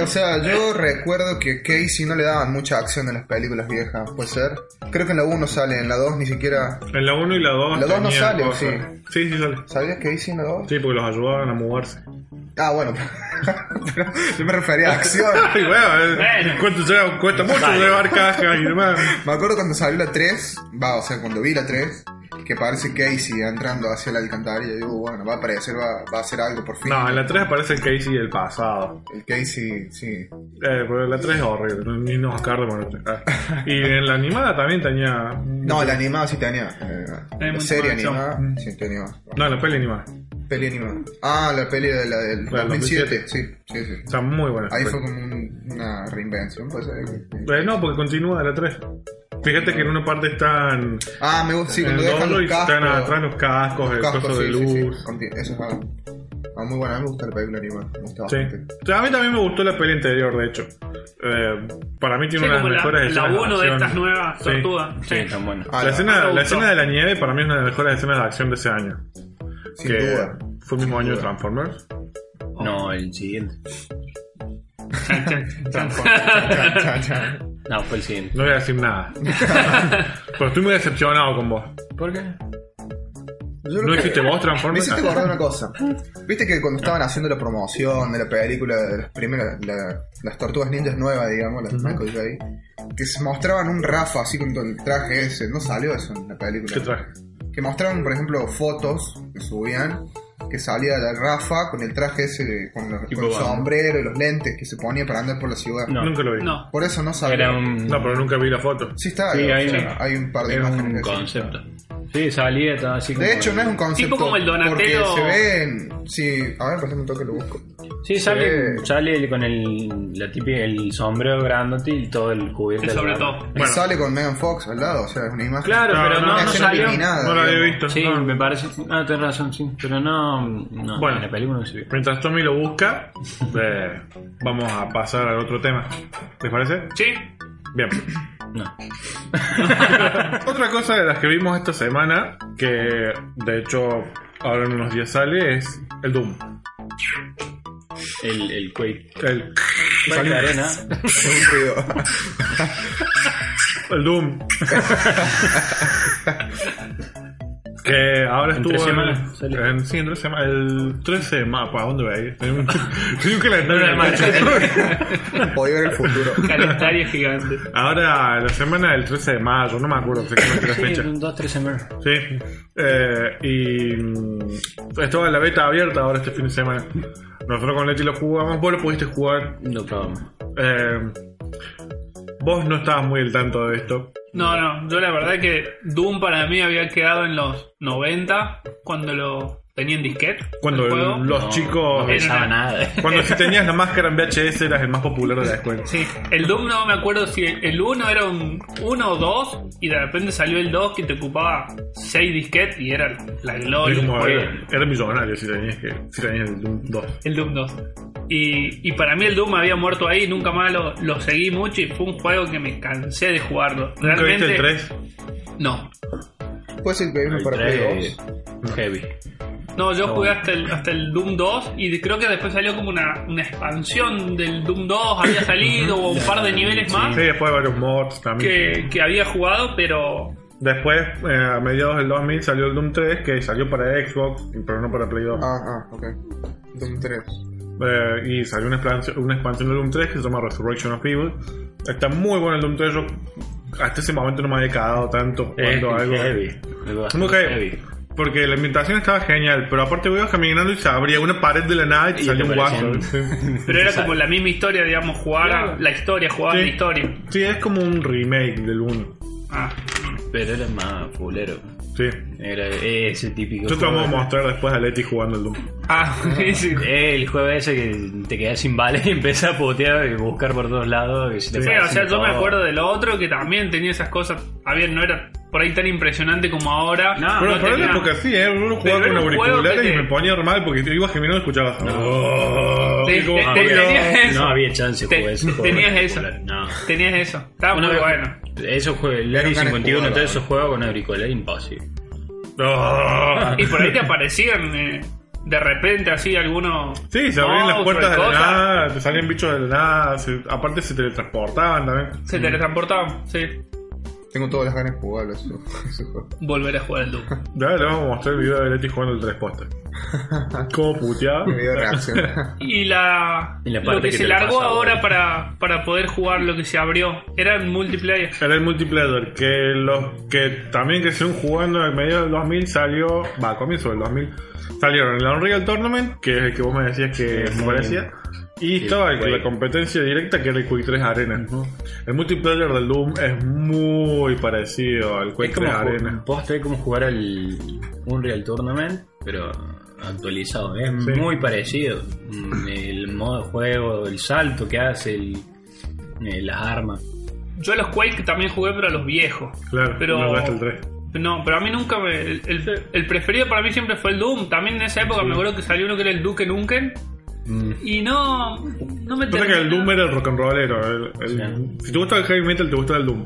C: o sea, yo recuerdo que Casey no le daban mucha acción en las películas viejas, puede ser. Creo que en la 1 sale, en la 2 ni siquiera.
A: En la 1 y la 2.
C: La dos no sale,
A: sí. Sí, sí sale.
C: ¿Sabías que Casey en la 2?
A: Sí, porque los ayudaban a mudarse. <laughs>
C: Ah, bueno. <laughs> Pero yo me refería a acción.
A: Ay, bueno, eh,
B: Bueno.
A: ¿cuánto lleva? cuesta mucho llevar cajas y
C: <laughs>
A: demás.
C: Me acuerdo cuando salió la 3, va, o sea, cuando vi la 3, que aparece Casey entrando hacia la alcantarilla. Y digo, bueno, va a aparecer, va, va a hacer algo por fin.
A: No, en la 3 aparece el Casey del pasado.
C: El Casey, sí.
A: Eh, pero la 3 es horrible, no- ni nos acordamos. de la 3. Ah. Y en la animada también tenía.
C: No, la animada sí tenía. eh,
B: Hay
C: la
B: mucha
C: serie
B: más
C: animada sí tenía.
A: No, en la peli animada.
C: Peli animada. Ah, la peli de la del
A: La del
C: 2007. Sí, sí, sí.
A: O sea, muy buena.
C: Ahí fue como un- una reinvención, pues. eh.
A: Eh, no, porque continúa la 3. Fíjate que en una parte están.
C: Ah, me gusta, sí,
A: en
C: cuando dejan
A: doble
C: los
A: y están atrás
C: cascos.
A: los cascos, el
C: cascos,
A: coso
C: sí,
A: de
C: sí, sí.
A: luz.
C: Conti- Eso es algo. Ah, muy buena, me gusta la película animada. Me gusta
A: Sí.
C: bastante.
A: O sea, a mí también me gustó la peli anterior, de hecho. Eh, para mí
B: Sí,
A: tiene una de las
B: como la,
A: mejores
B: la
A: escenas.
B: uno de
A: acción.
B: estas nuevas
A: Sí.
B: tortugas.
D: Sí,
B: Sí.
D: están buenos.
C: Ah,
A: la, escena,
B: me
A: la
B: gustó.
A: escena de la nieve para mí es una de las mejores escenas de acción de ese año.
C: sin
A: que <laughs>
C: duda.
A: fue el mismo año de Transformers.
D: No, el siguiente.
B: Chan, chan, chan.
C: Chan, chan.
D: No, fue el siguiente.
A: No voy a decir
C: <laughs>
A: nada. Pero estoy muy decepcionado con vos.
D: ¿Por qué?
C: Yo
A: ¿No
C: creo que-
A: hiciste vos
C: Me
A: Transformers?
C: hiciste acordar una cosa. Viste que cuando estaban haciendo la promoción de la película de las primeras, la- las tortugas ninjas nuevas, digamos, las de Michael Bay, que se mostraban un Rafa así con todo el traje ese. No salió eso en la película.
A: ¿Qué traje?
C: Que mostraban, por ejemplo, fotos que subían, que salía la Rafa con el traje ese, de- con, los-
D: Tipo
C: con el
D: Batman.
C: sombrero y los lentes que se ponía para andar por la ciudad.
D: No.
A: Nunca lo vi.
B: No.
C: Por eso no salió.
D: Era un,
A: No, pero nunca vi la foto.
C: Sí está,
D: Sí,
C: o sea,
D: hay-
C: hay, un par de
D: era
C: imágenes.
D: un
C: de eso.
D: concepto. Sí, salía, estaba así como.
C: De hecho, no es un concepto.
B: como el Donatello.
C: Porque se ven. Sí, a ver, por un toque lo busco.
D: Sí, sale,
C: Sí.
D: sale el- con el, la típica, el sombrero grandote y todo el cubierto.
B: Sí,
D: de
B: sobre
D: barro.
B: todo.
C: Y
A: Bueno.
C: sale con Megan Fox al lado, o sea, es una imagen.
D: Claro, pero no,
A: no,
D: no,
A: no
D: salió.
C: eliminado. nada,
A: no la había
C: digamos.
A: visto.
D: Sí,
A: no.
D: me parece. Ah, tenés razón, sí. Pero no. no
A: Bueno.
D: en la película no se vio.
A: Mientras Tommy lo busca, eh, vamos a pasar al otro tema. ¿Les parece?
B: Sí.
A: Bien.
D: No.
A: Otra cosa de las que vimos esta semana, que de hecho ahora en unos días sale, es el Doom.
D: El, el Quake.
A: El,
D: Quake de arena.
C: Es un ruido.
A: el
D: <laughs>
A: Doom. que ahora
D: En
A: estuvo.
D: tres
A: en-
D: semanas sale.
A: en- sí, en tres semanas. El 13 de mapa, ¿a dónde va a ir? Tenía
D: <laughs>
A: un, tenía un calendario en la
B: Una
A: cabeza.
C: Podía ver el futuro.
B: Calendario gigante.
A: Ahora, la semana del 13 de mayo, no me acuerdo exactamente la <laughs>
D: Sí,
A: fecha.
D: un, dos, tres semanas.
A: Sí. Eh, y mm, estaba la beta abierta ahora este fin de semana. Nosotros con Leti lo jugamos, vos lo pudiste jugar.
D: No probamos.
A: eh, vos no estabas muy al tanto de esto.
B: No, no, yo la verdad que Doom para mí había quedado en los 90 cuando lo tenía en disquete.
A: Cuando
B: el juego.
A: los
D: No,
A: chicos...
D: No pensaba
A: <laughs>
B: Era-
D: nada.
A: cuando si tenías la máscara en VHS eras el más popular de la escuela.
B: Sí, el Doom no me acuerdo si el- el 1 era un 1 o 2 y de repente salió el 2 que te ocupaba 6 disquetes y era la gloria.
A: Era
B: del
A: como-
B: juego.
A: era, era millonario si tenías, que, si tenías el Doom 2.
B: El Doom 2. Y, y para mí el Doom había muerto ahí, nunca más lo, lo seguí mucho y fue un juego que me cansé de jugarlo.
A: ¿Nunca viste el
B: Realmente,
A: 3?
B: no.
C: Puede ser que vimos
D: El
C: para Play
D: tres,
C: 2.
A: Eh,
D: Heavy.
B: No, yo
A: Ah,
D: No.
B: jugué hasta el, hasta el Doom 2 y de- creo que después salió como una, una expansión del Doom 2, había salido o un par de niveles más
A: Sí, después varios mods también.
B: que, que había jugado, pero
A: Después, eh, a mediados del 2000, salió el Doom 3, que salió para Xbox, pero no para Play 2.
C: Ah, ah, ok. Doom 3.
A: Eh, y salió una expansión, una expansión del Doom 3 que se llama Resurrection of Evil. Está muy bueno el Doom 3. Yo hasta ese momento no me había cagado tanto jugando algo.
D: heavy.
A: Muy heavy. Porque la ambientación estaba genial, pero aparte ibas caminando y se abría una pared de la nada y, te
D: Y
A: salía
D: te
A: un guaso.
D: parecían-
B: pero era como la misma historia, digamos, jugar a-
D: Claro.
B: la historia, jugar a
A: Sí.
B: la historia.
A: Sí, es como un remake del 1.
B: Ah,
D: <laughs> Pero era más fulero.
A: Sí.
D: Era ese típico.
A: Yo te vamos a
D: juego.
A: mostrar después a Leti jugando el Doom.
B: ah <laughs> sí.
D: Eh, El juego ese que te quedas sin balas y <laughs> empiezas a putear y buscar por todos lados. Y si te
B: Sí,
D: quedas
B: o sea,
D: sin
B: yo me
D: todo.
B: acuerdo de lo otro que también tenía esas cosas. A ver, no era por ahí tan impresionante como ahora.
D: No,
A: pero por
B: tenía-
A: la época sí, ¿eh? Uno
B: Ah, Pero
A: jugaba
B: era
A: con
B: un juego
A: auriculares
B: que
A: y
B: te-
A: me ponía mal porque ibas caminando y escuchabas. Oh,
B: Sí,
A: y como-
B: te-
D: No,
B: te-
D: había-
B: tenías eso.
D: Ah, no había chance
B: <laughs>
D: de
B: Te-
D: jugar ese juego.
B: tenías
D: Era
B: eso.
D: popular. No.
B: Tenías eso. Estaba
D: Una
B: muy
D: vez-
B: bueno.
D: Eso fue el
C: Dieron ganas
D: Larry
C: de
D: 51,
C: jugarlo.
D: todos esos juegos con auricular imposible.
A: Oh.
B: Y por ahí te aparecían eh, de repente así algunos.
A: Sí, se abrían las
B: monstruos,
A: puertas de la
B: cosas.
A: nada, te salían bichos de la nada, se- aparte se teletransportaban también.
B: Se teletransportaban, sí.
C: Tengo todas las ganas de jugarlo. ese- <laughs> ese juego.
B: Volver a jugar el Doom.
A: Ya le vamos a mostrar el video de Leti jugando el tres
B: <laughs>
A: postes. Cómo puteaba.
C: Video de reacción.
B: Y la,
D: Y la parte
B: lo que,
D: que
B: se
D: te la
B: largó
D: pasa,
B: ahora
D: boludo.
B: para, para poder jugar lo que se abrió era el multiplayer.
A: Era el multiplayer, que los que también crecieron jugando en el medio del 2000 salió, va, a comienzo del 2000, salieron el Unreal Tournament, que es el que vos me decías que
D: Sí,
A: se
D: muy
A: parecía,
D: bien.
A: y
D: Sí,
A: estaba el-
D: güey.
A: la competencia directa que era el Quake 3 Arena. El multiplayer del Doom es muy parecido al Quake
D: Es como
A: 3
D: ju-
A: Arena.
D: vos tenés como jugar al Unreal Tournament, pero actualizado. Es
A: Sí.
D: muy parecido. Mm, El modo de juego, el salto que hace, el, eh, las armas.
B: Yo a los Quake también jugué, pero a los viejos.
A: Claro,
B: pero-
A: no gasta el 3.
B: No, pero a mí nunca me. El, el- el preferido para mí siempre fue el Doom. También en esa época me acuerdo que salió uno que era el Duke Nukem. Y no. No me
A: Pasa que el
B: terminó.
A: Doom era el rock and rollero. el- el- Si te gusta el heavy metal, te gusta el Doom.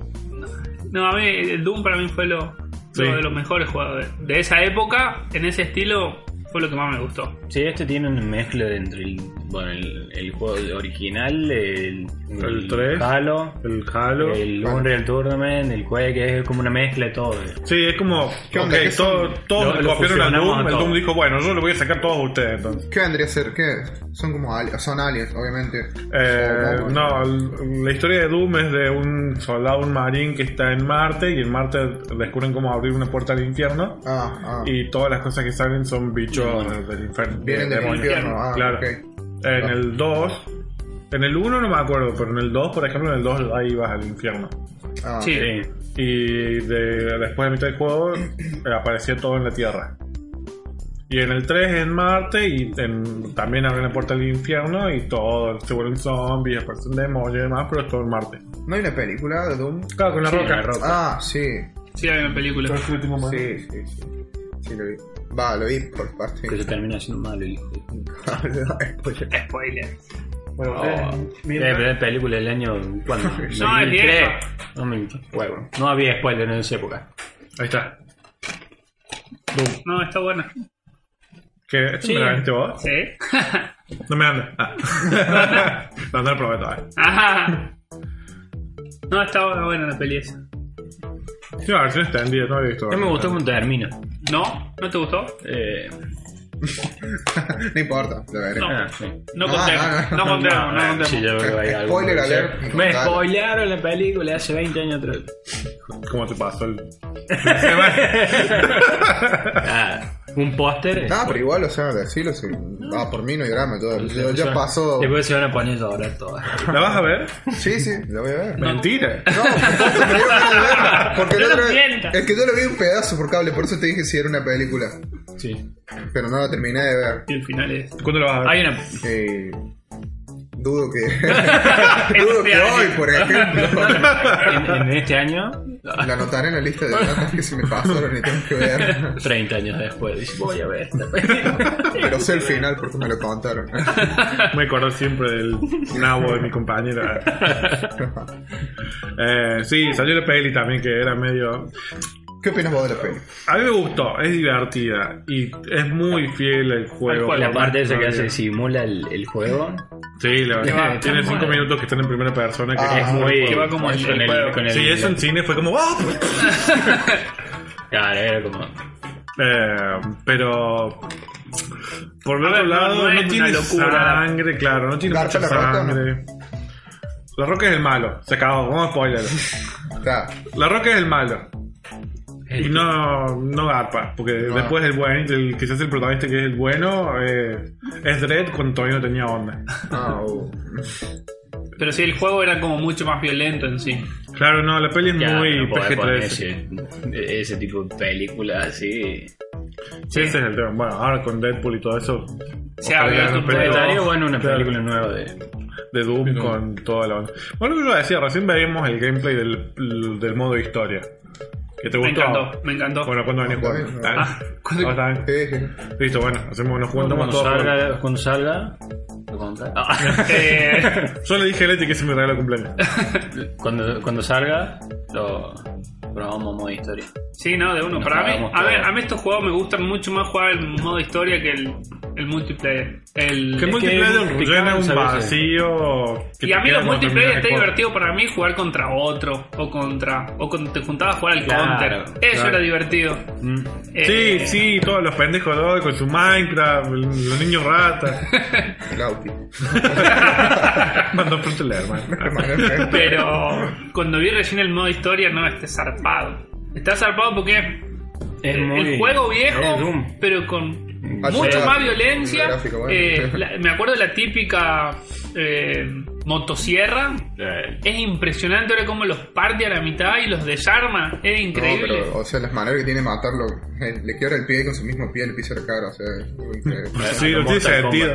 B: No, a mí el Doom para mí fue lo, lo
A: Sí.
B: de los mejores jugadores. De esa época, en ese estilo, fue lo que más me gustó.
D: Sí, este tiene una mezcla de entre el, bueno, el, el juego original, el,
A: El 3,
D: Halo,
A: El Halo.
D: el Unreal Tournament, el Quake, es como una mezcla de todo. eh.
A: Sí, es como.
C: ¿Qué onda?
A: ok,
C: ¿Qué
A: todo-
C: son?
A: todos
D: Lo-
A: le
D: lo
A: copiaron al
D: fusionamos
A: Doom.
D: a
A: El Doom
D: todos.
A: dijo, bueno, yo lo voy a sacar todos a ustedes entonces.
C: ¿Qué vendría a ser? ¿Qué? Son como aliens, son aliens, obviamente.
A: Eh,
C: O-
A: no, el- la historia de Doom es de un soldado, un marín que está en Marte y en Marte descubren cómo abrir una puerta al infierno
C: Ah, ah.
A: y todas las cosas que salen son bichos del infierno.
C: Vienen
A: de
C: del
A: demonios.
C: infierno. Ah,
A: claro.
C: ok.
A: En el 2, en el 1 no me acuerdo, pero en el 2, por ejemplo, en el 2 ahí vas al infierno.
C: Ah,
B: Sí.
D: Sí.
A: Y de- después de mitad del juego eh, aparecía todo en la Tierra. Y en el 3 en Marte y en- también abren la puerta del infierno y todo, se vuelven zombies, aparecen demonios y demás, pero es todo en Marte.
C: ¿No hay una película de Doom?
A: Claro, con la roca.
D: la roca.
C: Ah, sí.
B: Sí, había una película.
C: Sí, sí, sí. Sí, lo vi. Va, lo vi por parte. Ah,
D: Que
C: <laughs>
D: se termina haciendo mal el hijo.
B: Spoiler.
D: Oh. Eh,
C: <laughs>
D: pero la película del año ¿cuándo?
B: <laughs> No, es
D: 2003.
B: vieja.
D: 2003. Bueno, no había spoiler en esa época.
A: Ahí está.
B: No, está buena.
A: ¿Qué? ¿Esto
D: Sí.
A: me la viste vos?
B: Sí. <laughs>
A: No me anda. Ah. no, no lo probé todavía.
B: Ajá. Ah. No, está buena, buena la peli esa.
A: Sí, la versión extendida, no la he visto.
D: No me gustó cómo termina.
B: ¿No? ¿No te gustó?
D: Eh,
C: no importa, lo veré.
B: No.
D: ah, sí.
B: No
C: No,
B: contemos.
C: no, no.
B: No contemos, no
D: Ah,
B: contemos.
D: sí, yo creo que hay algo
C: Spoiler
D: que decir.
C: alert.
D: Me spoilearon la película hace 20 años atrás.
A: ¿Cómo te pasó el.?
B: <laughs>
D: <laughs> Ah, un póster.
C: No, pero igual, o sea, decirlo, si va por mí no hay drama. Yo, yo ya
D: <laughs>
C: paso.
D: Después se van a poner a llorar todas.
A: ¿La vas a ver?
C: Sí, sí, lo voy
A: <laughs>
C: a ver.
A: Mentira.
C: No, por supuesto, pero yo lo voy a ver, porque
B: No
C: el
B: lo
C: otro-
B: mientas.
C: Es que yo lo vi un pedazo por cable, por eso te dije si era una película.
D: Sí.
C: Pero no la terminé de ver.
B: Y el final es.
A: ¿Cuándo la vas a ver?
D: Hay una.
C: Eh, dudo
B: <laughs>
C: que. dudo
B: Este
C: que hoy, por ejemplo.
D: En, en este año,
C: La anotaré en la lista de datos que se me pasaron y tengo que ver.
D: 30 años después, dice, voy a ver esta película.
C: Pero sé el final porque me lo contaron.
A: Me acuerdo siempre del nabo de mi
C: <laughs>
A: compañera. Eh, sí, salió la peli también que era medio...
C: ¿Qué opinas vos de la peli?
A: A mí me gustó, es divertida y es muy fiel al juego.
D: Y la parte esa que
A: Ah,
D: hace simula el, el juego.
A: Sí, la verdad.
D: Ah,
A: Tiene
D: está
A: cinco
D: bueno.
A: minutos que están en primera persona. Que
C: Ah,
D: es muy.
B: que va como
D: con
B: el-
D: el-
B: el-
D: con el-
A: Sí, eso en cine fue como. ¡Ah!
D: Claro, era como.
A: Eh, pero. Por
B: A
A: otro
B: ver, no,
A: lado,
B: no
A: no,
B: es una
A: tiene
B: locura.
A: sangre, claro, no tiene
C: Garpa
A: mucha
C: la Roca, ¿no?
A: sangre. La Roca es el malo, se acabó, vamos a spoilerlo.
C: Está.
A: La Roca es el malo. Y no, no garpa, porque después el buen, el, quizás el protagonista que es el bueno, eh, es Dredd cuando todavía no tenía onda.
C: Ah, uh.
B: Pero sí, el juego era como mucho más violento en sí.
A: Claro, no, la peli es
D: ya,
A: muy
D: no podés
A: PG-13.
D: poner ese, ese tipo de películas así.
A: Sí, ese es el tema. Bueno, ahora con Deadpool y todo eso,
B: Se
A: Ojalá
B: abrió
A: no
B: otro
A: Pero-
D: Pero
B: juego.
D: estaría bueno una
A: Claro.
D: película nueva de.
A: de Doom con toda la onda. Bueno, lo que yo decía, recién veíamos el gameplay del, del modo historia. Que te
B: Me
A: gustó.
B: encantó, me encantó.
A: Bueno, ¿cuándo venís jugando?
C: Ah,
A: Ah,
B: ¿cuándo-
A: está bien.
C: Sí, sí.
A: Listo, bueno, hacemos, nos
D: Cuando,
A: juntamos todos. juntos.
D: salga, cuando salga. ¿Lo contás?
B: Eh,
A: Yo le dije a Leti que se me regala cumpleaños.
D: Cuando, cuando salga, lo probamos modo historia.
B: sí, no, de uno.
D: Nos
B: Para mí,
D: cagamos
B: a ver,
D: todos.
B: a mí estos juegos me gustan mucho más jugar el modo historia que el, el multiplayer. El,
A: Que el
D: Es que
A: multiplayer
D: es
A: llena un
D: picante, a veces.
A: vacío. que
B: y a
A: te queda
B: mí los
A: cuando
B: multiplayer
A: terminas
B: está
A: el juego.
B: divertido para mí jugar contra otro o contra o cuando te juntabas a jugar al
D: Claro,
B: counter. Eso
A: claro.
B: era divertido. Eh,
A: Mm. Sí, sí, todos los pendejos de hoy con su Minecraft, el- los niños ratas.
B: <laughs>
C: Lauti.
A: Mandó frutele,
B: <laughs>
A: hermano.
C: <laughs>
B: Pero cuando vi recién el modo historia, no, está zarpado. Está zarpado porque es
D: Es
B: el-
D: muy-
B: el juego
D: es
B: viejo,
D: Doom.
B: pero con
C: Ah,
B: mucho
C: sí.
B: más violencia.
C: Gráfico, bueno. <laughs>
B: Eh, la- me acuerdo de la típica eh, motosierra.
D: Eh,
B: Es impresionante ahora cómo los parte a la mitad y los desarma. Es
C: No,
B: increíble.
C: pero, o sea, las maneras que tiene matarlo, eh, le quiebra el pie con su mismo pie, le pisa la cara, o sea, es muy increíble.
A: Sí, no
D: lo
A: tiene
D: Mortal
A: sentido.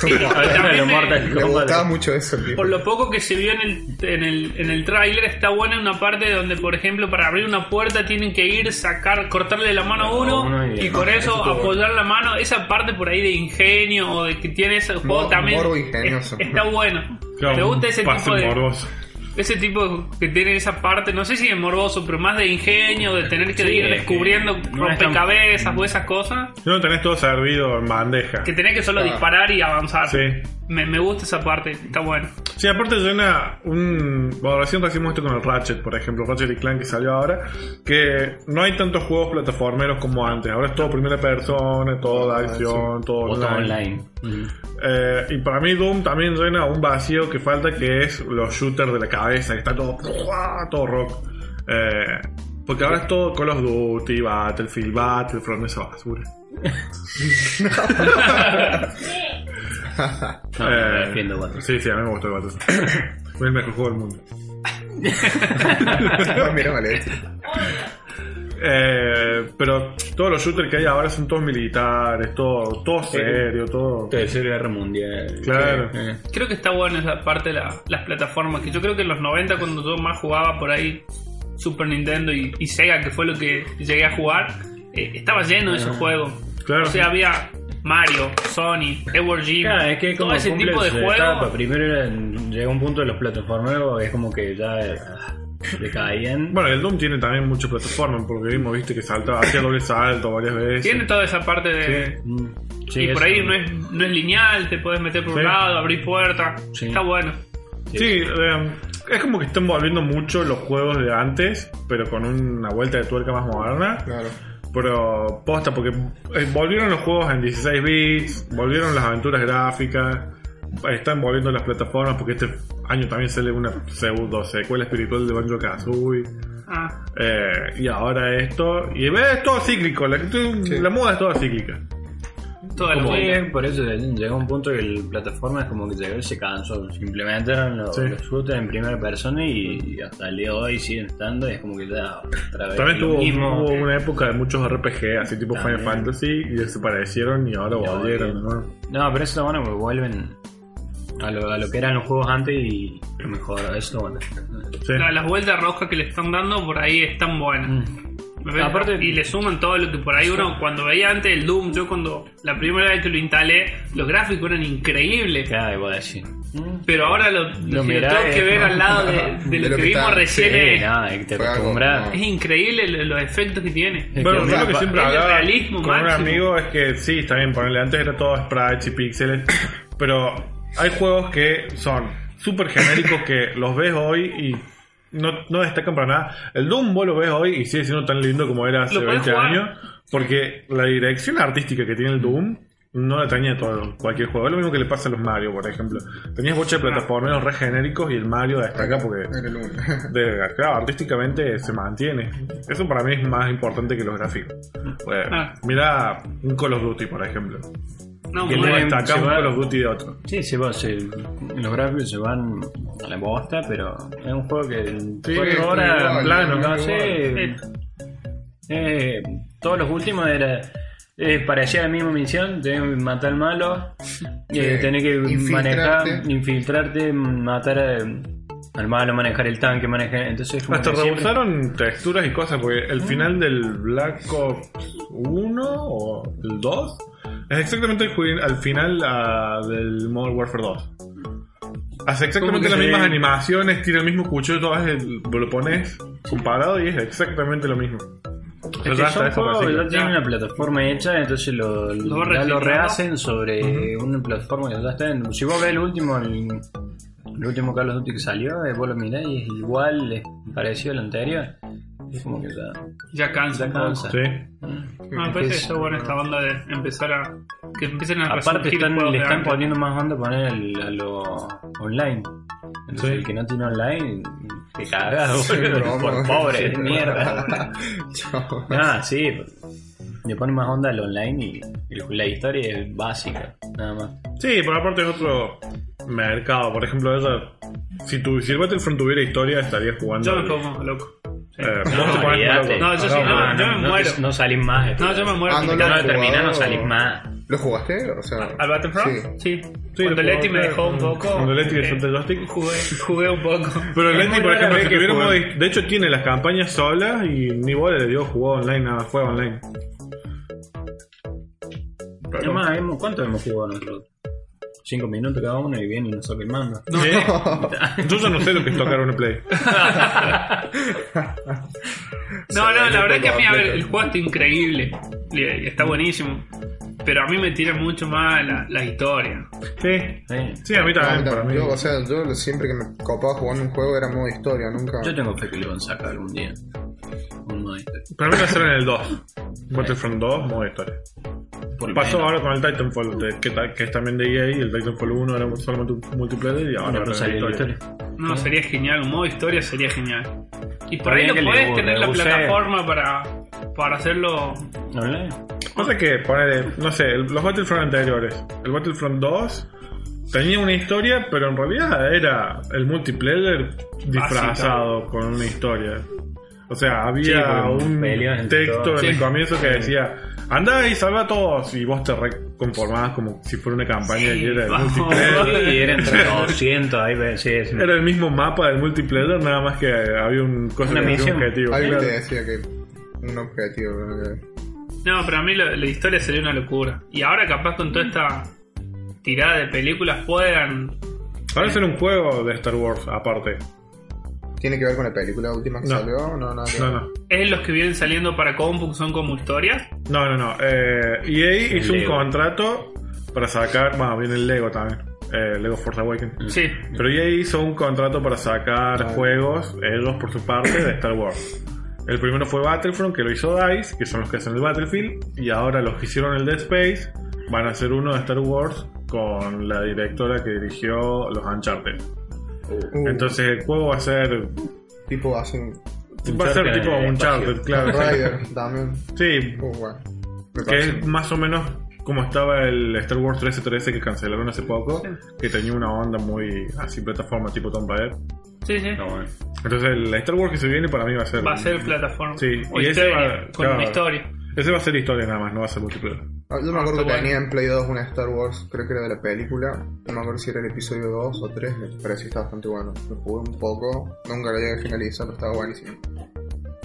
D: Kombat.
B: Sí, también
D: Lo
B: me-
D: Mortal
C: Le
D: Kombat.
C: gustaba mucho eso, tío.
B: Por lo poco que se vio en el, en el, en el tráiler, está buena una parte donde, por ejemplo, para abrir una puerta tienen que ir, sacar, cortarle la mano a uno,
D: uno
B: y,
D: y-
B: con
D: ah,
B: eso apoyar la mano. Esa parte por ahí de ingenio o de que tiene ese juego
C: Mor-
B: también
C: morbo ingenioso.
B: es- está bueno.
A: Claro,
B: Me gusta ese
A: pase
B: tipo de...
A: morboso.
B: Ese tipo que tiene esa parte, no sé si es morboso, pero más de ingenio, de tener que
D: Sí,
B: ir
D: es que
B: descubriendo
D: no es tan-
B: rompecabezas o esas cosas,
A: No lo tenés todo servido en bandeja.
B: que tenés que solo
C: Ah.
B: disparar y avanzar.
A: Sí.
B: Me, me gusta esa parte, está bueno.
A: Sí, aparte llena un... Bueno, recién hicimos esto con el Ratchet, por ejemplo, Ratchet y Clank que salió ahora, que no hay tantos juegos plataformeros como antes. Ahora es todo primera persona, todo
B: Ah,
A: de acción, todo
D: Otro
A: online.
D: online. Mm.
A: Eh, y para mí Doom también llena un vacío que falta, que es los shooters de la cabeza, que está todo, todo rock. Eh, porque ahora es todo Call of Duty, Battlefield, Battlefront, esa
D: <laughs>
A: basura.
D: No, no,
A: Eh,
D: me defiendo, bueno.
A: Sí, sí, a mí me gustó el Battlefront. <coughs> Fue el mejor juego del mundo.
C: <laughs> Ah, mira, vale.
A: Eh, pero todos los shooters que hay ahora son todos militares, todo, todo serio, todo.
D: Tercera Guerra Mundial.
A: Claro.
D: Eh,
B: Creo que está bueno esa parte de la- las plataformas, que yo creo que en los 90 cuando yo más jugaba por ahí Super Nintendo y, y Sega, que fue lo que llegué a jugar, eh, estaba lleno de
D: Ah,
B: esos juegos.
A: Claro.
B: O sea, había Mario, Sony, Edward Jim,
D: Claro, es que
B: todo
D: como
B: ese
D: cumple
B: tipo de
D: su
B: juegos.
D: etapa. Primero era, llega un punto de los plataformeros, es como que ya eh, decaían.
A: Bueno, el Doom tiene también muchas plataformas, porque vimos, viste, que saltaba, hacía doble salto varias veces.
B: Tiene toda esa parte de...
D: Mm, sí,
B: y por
D: eso.
B: ahí no es, no es lineal, te puedes meter por
A: Sí.
B: un lado, abrir puertas.
D: Sí.
B: Está bueno.
A: Sí, eh, es como que están volviendo mucho los juegos de antes, pero con una vuelta de tuerca más moderna.
C: Claro.
A: Pero posta, porque eh, volvieron los juegos en 16 bits, volvieron las aventuras gráficas, están volviendo las plataformas, porque este año también sale una pseudo secuela espiritual de Banjo Kazooie.
B: Ah,
A: Eh, y ahora esto, y ves, es todo cíclico, la, la moda es toda cíclica.
B: toda la
D: Como
B: vuelta.
D: que por eso llegó un punto que el plataforma es como que llegó y se cansó. Simplemente eran los,
A: Sí.
D: los shooters en primera persona y, y hasta el día de hoy siguen estando y es como que ya otra vez.
A: También
D: lo
A: tuvo,
D: mismo.
A: hubo una época de muchos RPG, así tipo Final
D: También.
A: Fantasy, y desaparecieron y ahora volvieron.
D: volvieron.
A: ¿no?
D: No, pero eso está bueno porque vuelven a lo, a lo que eran los juegos antes y lo mejor, eso está bueno.
A: Sí.
B: La- las vueltas rojas que le están dando por ahí están buenas.
D: Mm.
B: ¿Ves?
D: Aparte-
B: y le suman todo lo que por ahí uno, cuando veía antes el Doom, yo cuando la primera vez que lo instalé, los gráficos eran increíbles.
D: Claro, igual así.
B: Pero ahora lo, si lo
D: mirá,
B: tengo que
D: es-
B: ver al lado
D: <laughs>
B: de, de
C: De
B: lo,
C: lo
B: que,
C: que
B: vimos
C: está-
D: Sí,
B: recién. es,
D: nada, que te
C: fue algo,
D: acostumbras.
C: no.
B: es increíble lo- los efectos que tiene.
D: Es
A: Bueno,
D: que
A: yo lo que
D: pa-
A: siempre
B: es el
A: hablaba
B: realismo
A: con un
B: máximo.
A: amigo es que sí, está bien ponerle. Antes era todo sprites y píxeles, <coughs> pero hay juegos que son súper genéricos que los ves hoy y no, no destacan para nada. El Doom vos lo ves hoy y sigue siendo tan lindo como era hace
B: Lo podés
A: 20
B: jugar.
A: años, porque la dirección artística que tiene el Doom no la tenía todo cualquier juego. Es lo mismo que le pasa a los Mario, por ejemplo. Tenías bocha
B: Ah.
A: de plataformeros re genéricos y el Mario destaca porque
C: Era el uno. <laughs>
A: de- claro, artísticamente se mantiene. Eso para mí es más importante que los gráficos. Pues,
B: Ah.
A: Mira un Call of Duty, por ejemplo.
B: No,
A: Que no
B: bueno,
D: Ah, bueno,
A: destaca
D: se
A: un
D: va-
A: Call of Duty de otro.
D: Sí, se va, se- los gráficos se van a la bosta, pero es un juego que
C: Sí,
D: cuatro horas,
C: igual,
D: plano, no
C: igual.
D: sé.
B: eh,
D: eh, todos los últimos era eh, parecía la misma misión, tenés que matar al malo, eh,
C: Sí,
D: tenés que
C: infiltrarte.
D: manejar, infiltrarte, matar a- al malo, manejar el tanque, manejar. Entonces, como
A: Hasta
D: que siempre-
A: rehusaron texturas y cosas, porque
D: Ah.
A: el final del Black Ops 1 o el 2 es exactamente el ju- al final ah, del Modern Warfare 2. Hace exactamente
D: que
A: las
D: sí?
A: mismas animaciones, tiene el mismo cuchillo, todas el- lo pones comparado y es exactamente lo mismo.
D: Es
A: Pero
D: que
A: ya
D: son
A: está, eso
D: juegos que
A: recicla.
D: ya tienen una plataforma hecha, entonces
B: Lo
D: lo, ya lo
B: reciclamos.
D: rehacen sobre una plataforma que ya está en. Si vos ves el último, el, el último Call of Duty que salió, eh, vos lo mirás y es igual, es parecido al anterior. Es como que ya,
B: ya cansa.
D: ya
B: un poco.
D: cansa.
A: Sí.
B: No, Ah, me parece que está bueno esta onda de empezar a. Que empiecen a
D: Aparte
B: resurgir
D: están,
B: juegos
D: le
B: de
D: están
B: antes.
D: poniendo más onda poner el- a lo online. Entonces,
A: Sí.
D: El que no tiene online, te cagas,
C: Sí,
D: boludo,
C: broma.
D: <laughs> por pobre,
C: Sí,
D: de mierda.
C: Chao.
D: Ah, sí. Le ponen más onda al online y el- la historia es básica, nada más.
A: Sí, pero aparte es otro mercado. Por ejemplo, esa, si, tu, si el Battlefront tuviera historia, estarías jugando.
B: Yo me como, loco. Sí.
A: Eh, vos te pones
D: olvídate.
A: loco.
B: No, yo sí,
A: Hagamos.
B: no, yo me
D: no,
B: muero.
D: te- no salís más.
B: No, yo me muero.
C: Ah,
B: con
C: no
B: mi
D: Si no
C: lo
B: cara.
D: lo terminás, no
C: jugado.
D: salís más.
C: ¿Lo jugaste? O sea,
B: ¿Al Battlefront?
C: Sí.
B: Sí.
A: Sí,
B: Cuando
A: lo
B: Leti
A: puedo
B: me
A: hacer.
B: dejó un poco.
A: Cuando Leti le
B: eh,
A: suelta el joystick.
B: <laughs> Jugué, jugué un poco.
A: Pero el Leti, por
D: muy
A: ejemplo,
D: raro
A: si
D: que
A: tuviera
D: juegue.
A: modo hist- De hecho, tiene las campañas solas y ni bola le dio jugó online, nada, juega online.
D: Es más, hemos- ¿cuánto hemos jugado nosotros? Cinco minutos cada uno y viene y nos saca el mando.
B: <laughs>
A: ¿Sí? Yo ya no sé lo que es tocar un play.
B: No, no, la
C: yo
B: verdad que a mí, a ver,
C: completo.
B: el juego está increíble. Y- y Está buenísimo. Pero a mí me tira mucho más la, la historia.
A: Sí.
D: Sí.
A: Sí, a mí también, para mí.
C: yo, o sea, yo lo- siempre que me copaba jugando un juego era modo historia, nunca.
D: Yo tengo fe que lo van a sacar algún día. Un modo historia.
A: Para mí lo hicieron en el 2. Battlefront 2, modo historia.
D: Por lo
A: Pasó
D: menos.
A: ahora con el Titanfall, de- que, ta- que es también de EA, y el Titanfall 1 era solamente un multiplayer y ahora
D: Ahora
A: va a tener
D: salió la
A: historia.
D: historia.
B: No, sería genial. Un modo historia sería genial. Y por
D: Está
B: ahí
D: bien
B: lo
D: que le
B: podés
D: bu-
B: tener
D: le
B: la
D: bucee.
B: plataforma para, para hacerlo.
D: ¿Online?
A: Ah, Cosa que, ponele, no sé, el- los Battlefront anteriores. El Battlefront 2 tenía una historia, pero en realidad era el multiplayer disfrazado con una historia. O sea, había
D: Sí, con
A: un
D: peleas en
A: texto
D: todo.
A: en el
B: Sí.
A: comienzo que decía, andá y salva a todos, y vos te reconformabas como si fuera una campaña y era el
B: vamos.
A: multiplayer. <laughs>
D: Ah, Sí, era entre 200, ahí ve- sí, es-
A: Era el mismo mapa del multiplayer, nada más que había un, cosa
D: Una
A: que decía
D: misión.
A: objetivo.
C: Alguien
A: Claro.
C: te decía que un objetivo. ¿no?
B: No, pero a mí lo- la historia sería una locura. Y ahora, capaz, con toda esta tirada de películas, puedan.
A: Ahora será un juego de Star Wars, aparte.
C: ¿Tiene que ver con la película última que
A: No.
C: salió? No, nada que
A: No,
C: ver.
A: no.
B: ¿Es los que vienen saliendo para compu que son como historias?
A: No, no, no. Eh, EA hizo
D: Lego.
A: un contrato para sacar. Bueno, viene el Lego también. Eh, Lego Force Awakens.
B: Sí.
A: Pero EA hizo un contrato para sacar juegos, ellos por su parte, de Star Wars. El primero fue Battlefront, que lo hizo DICE, que son los que hacen el Battlefield. Y ahora los que hicieron el Dead Space van a hacer uno de Star Wars con la directora que dirigió los Uncharted.
C: Uh,
A: Entonces el juego va a ser.
C: tipo hace un
A: Va a ser
D: Uncharted
A: tipo
D: en el
A: Uncharted,
D: espacio.
A: claro.
C: <laughs> Rider también.
A: Sí,
C: Uh, bueno. Me
A: Que
C: parece-
A: es más o menos como estaba el Star Wars 1313 que cancelaron hace poco, que tenía una onda muy así plataforma tipo Tomb Raider.
B: Sí, sí.
D: No, eh. bueno.
A: Entonces el Star Wars que se viene para mí va a ser...
B: Va a ser plataforma.
A: Sí,
B: O
A: y ese
B: historia,
A: va-
B: con
A: claro.
B: una historia.
A: Ese va a ser historia nada más, no va a ser multiplayer.
C: Ah, Yo me
B: Ah,
C: acuerdo
B: está
C: que
B: bueno.
C: tenía en Play 2 una Star Wars, creo que era de la película. No me acuerdo si era el episodio 2 o 3, me pareció que estaba bastante bueno. Lo jugué un poco, nunca lo llegué a finalizar, pero estaba buenísimo.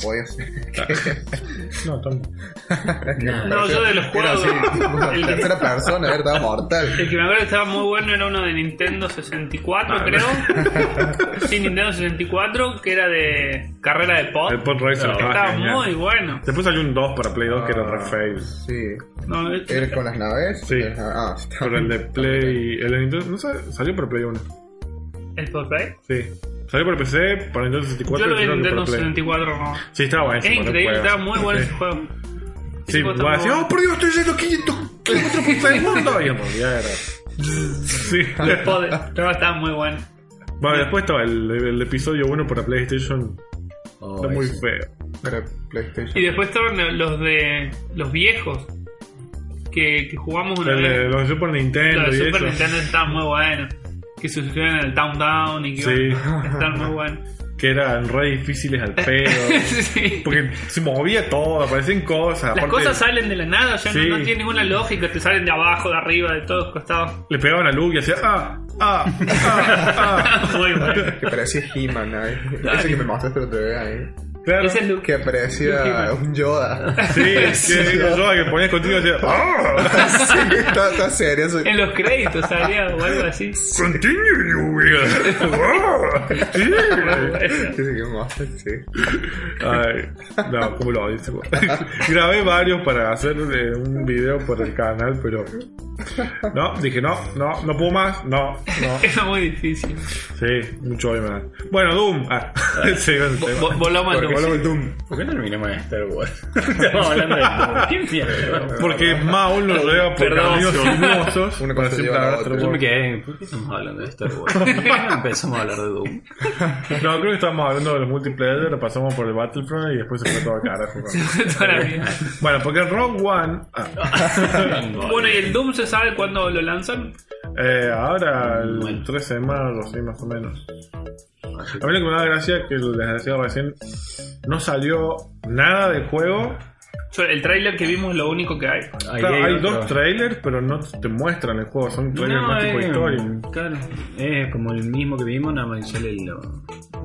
C: podías.
A: No, también.
B: No, yo de los juegos.
C: Era así, tipo,
B: El que-
C: tercera persona, era estaba
B: El
C: mortal.
B: que me acuerdo que estaba muy bueno era uno de Nintendo
A: Ah,
B: 64, creo. <laughs> sí, Nintendo 64, que era de carrera de pod.
A: El Pod Racer.
D: No,
A: ah,
B: Estaba
A: genial.
B: muy bueno.
A: Después salió un 2 para Play 2 que era
C: Ah.
A: re fail.
C: Sí.
B: No, eh,
C: ¿Era con las naves?
A: Sí.
C: Ah, está.
A: Pero <laughs> el de Play. El de Nintendo. No sé, salió para Play 1.
B: ¿El Pod Racer?
A: Sí. Salió para PC, para Nintendo 64.
B: Yo lo vi
A: creo
B: en
A: que
B: Nintendo
A: para Play.
B: 64, no.
A: Sí, estaba bueno.
B: Es increíble, estaba muy bueno ese juego.
A: <laughs> Sí,
B: Ese juego
A: va a
B: está
A: decir,
B: muy
A: oh, por Dios, estoy yendo 500 kilómetros por segundo. Y en realidad era. Sí.
B: bueno. El Pod- pero estaba muy bueno.
A: Vale, después estaba el, el episodio 1 para PlayStation.
D: Oh,
A: Está muy
D: ese.
A: feo.
C: Para
B: Y
C: PlayStation.
B: después estaban los de los viejos que, que jugamos una
A: El
B: vez.
A: de los de Super Nintendo
B: Los
A: y
B: de Super
A: eso.
B: Nintendo estaban muy buenos. Que se suscribían al Down Down y que
A: Sí.
B: <laughs> iban- estaban muy buenos.
A: Que eran re difíciles al pedo.
B: <laughs> Sí.
A: Porque se movía todo, aparecían cosas.
B: Las
A: aparte,
B: cosas salen de la nada, ya
A: Sí.
B: no, no tiene ninguna lógica, te salen de abajo, de arriba, de todos costados.
A: Le pegaban a Luke y hacía ah, ah, ah, ah.
B: <laughs> Muy bueno.
C: Que parecía He-Man ahí. Ese que me mostraste el otro día ahí.
A: Claro.
B: Ese es Luke.
C: Que parecía un Yoda. <laughs>
B: <laughs>
A: Sí, que yo que ponía contigo y hacía ah,
C: Sí, está, está serio. eso.
B: En los créditos salía o
A: <laughs>
B: algo así. <laughs>
A: continue you will. Ah, sí.
C: Sí, sí, que me mostraste, sí.
A: Ay, no, cómo lo odio. ese juego. <laughs> Grabé varios para hacer eh, un video por el canal, pero no, dije no, no, no puedo más, no, no.
B: Era muy difícil.
A: Sí, mucho odio me da. Bueno, Doom. Ah, <laughs> sí, bueno, tema.
B: Vo- Volamos al
C: Porque
B: Doom.
C: luego el Doom.
D: ¿Por qué terminamos en Star Wars? <laughs> Estamos hablando de Doom. ¿Qué mierda?
A: Porque Maul nos lleva por
D: Perdón.
A: caminos sinuosos
C: Una
A: para
C: cosa
A: siempre
C: lleva a la
A: hablar de
C: otra.
D: Yo
A: Star Wars.
D: me quedé. ¿Por qué estamos hablando de Star Wars? ¿Por qué no empezamos a hablar de Doom?
A: No, creo que estábamos hablando de los multiplayer, lo pasamos por el Battlefront y después se fue todo a carajo. ¿no?
B: <laughs> Toda la vida.
A: bueno, porque el Rogue One. ah,
B: Bueno, ¿y el Doom se sabe cuándo lo lanzan?
A: eh, ahora el
D: Bueno.
A: 13 de marzo, sí, más o menos. A mí lo que me da gracia es que, les decía recién, no salió nada del juego.
B: Yo- El tráiler que vimos es lo único que hay.
D: Ahí
A: Claro, hay
D: otro.
A: dos trailers, pero no te muestran el juego, son trailers
D: No, eh.
A: más tipo
D: es-
A: historia.
D: Claro, es como el mismo que vimos, nada más que sale el,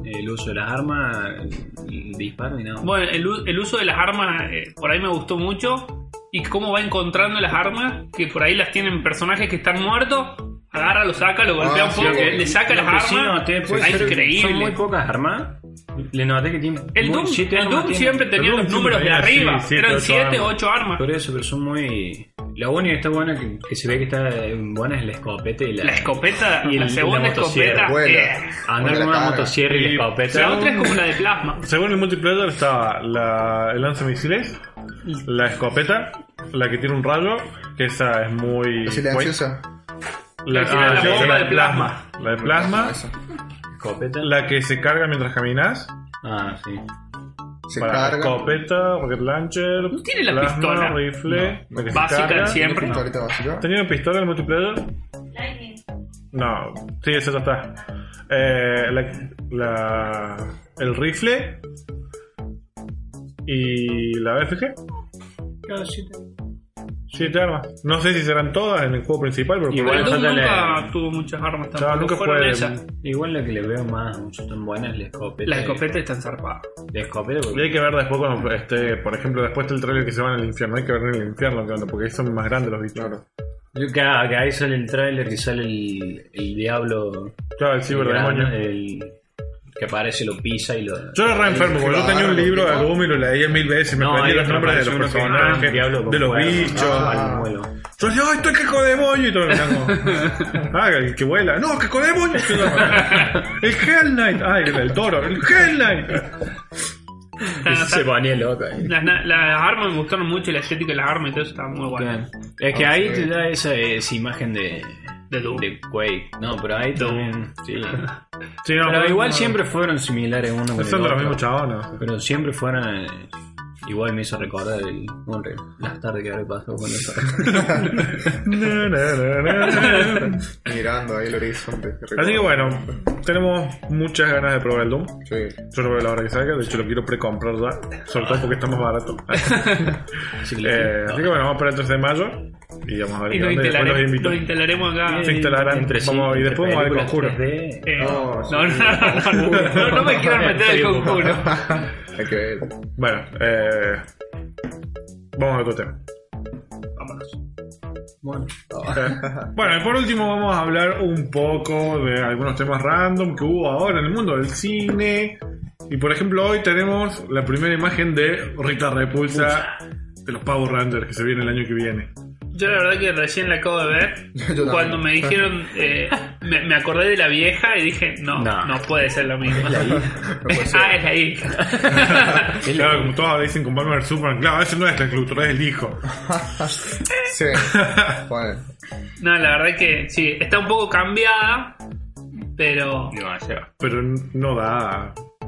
D: el uso de las armas, el, el disparo y nada. más.
B: Bueno, el, u- el uso de las armas eh, por ahí me gustó mucho. Y cómo va encontrando las armas, que por ahí las tienen personajes que están muertos. Agarra, lo saca, lo golpea
C: Ah,
B: un
C: sí,
B: poco,
C: lo que-
B: le saca
D: Lo
B: las
D: que
B: armas.
D: sí noté, puede
B: Ah,
D: ser que
B: increíble.
D: Son muy pocas armas. Le noté que tiene.
B: El
D: muy-
B: Doom,
D: siete
B: el
D: armas
B: Doom
D: tiene.
B: siempre tenía
A: Doom
B: los
A: siempre
B: números de
A: tenía, sí,
B: arriba.
A: siete,
B: Eran
A: ocho
B: 7 o
A: armas.
B: 8 armas.
D: Por eso, pero son muy. La única que está buena que, que se ve que está buena es la escopeta y la.
B: La escopeta,
D: Y
B: la
D: el-
B: segunda
D: la motosierra.
B: escopeta.
C: Vuela.
B: eh,
D: Andar con
C: Buena
D: una
C: cara.
D: motosierra y
A: Y-
D: la escopeta.
B: la otra es como la de plasma.
A: Según el multiplayer estaba la, el lanzamisiles, la escopeta, la que tiene un rayo, que esa es muy...
C: Silenciosa.
A: La,
B: La que tiene
A: ah,
B: la
A: sí,
B: bomba
A: la
B: de
A: de plasma. La de plasma,
C: Eso.
D: escopeta.
A: la que se carga mientras caminas,
D: Ah, sí.
C: Se
A: para la
C: carga.
A: escopeta, rocket launcher,
B: ¿No tiene la
A: plasma,
B: pistola?
A: rifle, la que se
B: Básica
A: carga.
B: de siempre.
C: ¿Tiene pistolita básica?
A: ¿Tenía una pistola en el multiplayer? No, sí, esa ya está. Eh, la, la- el rifle y la BFG. Siete armas. No sé si serán todas en el juego principal, pero
B: Pero
D: Igual
B: el
A: por lo
B: Doom
D: falta la-
B: nunca tuvo muchas armas
A: menos-
B: tampoco.
A: no, nunca
B: Fueron
A: fue.
B: esas.
D: Igual la que le veo más, mucho tan buena es la escopeta.
B: Las escopetas están zarpadas.
D: La escopeta,
A: Y
D: porque
A: hay que ver después cuando esté, por ejemplo, después del trailer que se van al infierno, hay que ver en el infierno que onda, porque ahí son más grandes los bichos. Claro,
D: Yo que, ah, que ahí sale el tráiler que sale el, el diablo
A: el
D: grande,
A: ciberdemonio.
D: el que aparece, lo pisa y lo.
A: Yo era re enfermo, porque yo tenía un libro de Doom y lo leía mil veces, me aprendí
D: hay
A: los
D: otro,
A: nombres de
D: parece
A: los
D: uno que- ah,
A: personajes,
D: diablo con
A: de los
D: fuego, Ah,
A: bichos.
D: ¿no? Al vuelo.
A: <laughs> Yo decía, ¡ay, estoy cacodemonio! Y todo el
D: <laughs>
A: Ah, el que vuela. ¡No, cacodemonio! Y todo, El Hell Knight. ¡Ay, el, el toro! ¡El Hell Knight!
D: Y se ponía loco. ahí.
B: Las, na- las armas me gustaron mucho, la estética de las armas y todo eso estaba muy bueno.
D: Es que ahí
C: sí.
D: te da esa, esa imagen de.
B: De Doom.
D: De Quake. No, pero ahí también. <laughs> Sí.
A: Sí, no,
D: Pero igual siempre fueron similares uno con el
A: Son de los
D: otro.
A: mismos chabones.
D: Pero siempre fueron. eh, Igual me hizo recordar el, Unreal, las tardes que habré pasado con eso.
A: <laughs> Na, na, na, na, na.
D: <laughs>
C: Mirando ahí el horizonte.
A: <laughs> Así que bueno, tenemos muchas ganas de probar el Doom.
C: Sí. <laughs>
A: Yo lo veo a la hora que salga, de hecho lo quiero precomprar ya, sobre todo porque está más barato.
D: Así que,
A: Eh, así que bueno, vamos para el 3 de mayo y vamos a ver
B: Y
A: qué
B: lo
A: onda, y después los
B: instalaremos,
A: invito.
B: lo instalaremos acá.
A: se instalarán, vamos, y después vamos al Conjuro.
D: oscuro.
B: Eh, no,
C: No,
B: no, no, no, no, no me quiero meter el conjuro.
C: Hay que ver.
A: Bueno, eh, vamos a otro tema.
B: Vámonos.
D: Bueno,
A: <laughs> Bueno, y por último vamos a hablar un poco de algunos temas random que hubo ahora en el mundo del cine. Y por ejemplo, hoy tenemos la primera imagen de Rita Repulsa de los Power Rangers que se viene el año que viene.
B: <laughs> Yo la verdad que recién la acabo de ver.
C: <laughs> yo
B: Cuando
C: también.
B: me dijeron, eh, me, me acordé de la vieja y dije, no,
D: No.
B: no, puede ser lo mismo. <laughs>
C: puede ser.
B: ah, es la hija.
A: Claro, como todos ahora dicen con Batman vs Superman, claro, ese no es la escritura, es el hijo. <laughs>
C: Sí. Bueno,
B: no, la verdad que sí, está un poco cambiada, pero
D: demasiado.
A: Pero no da.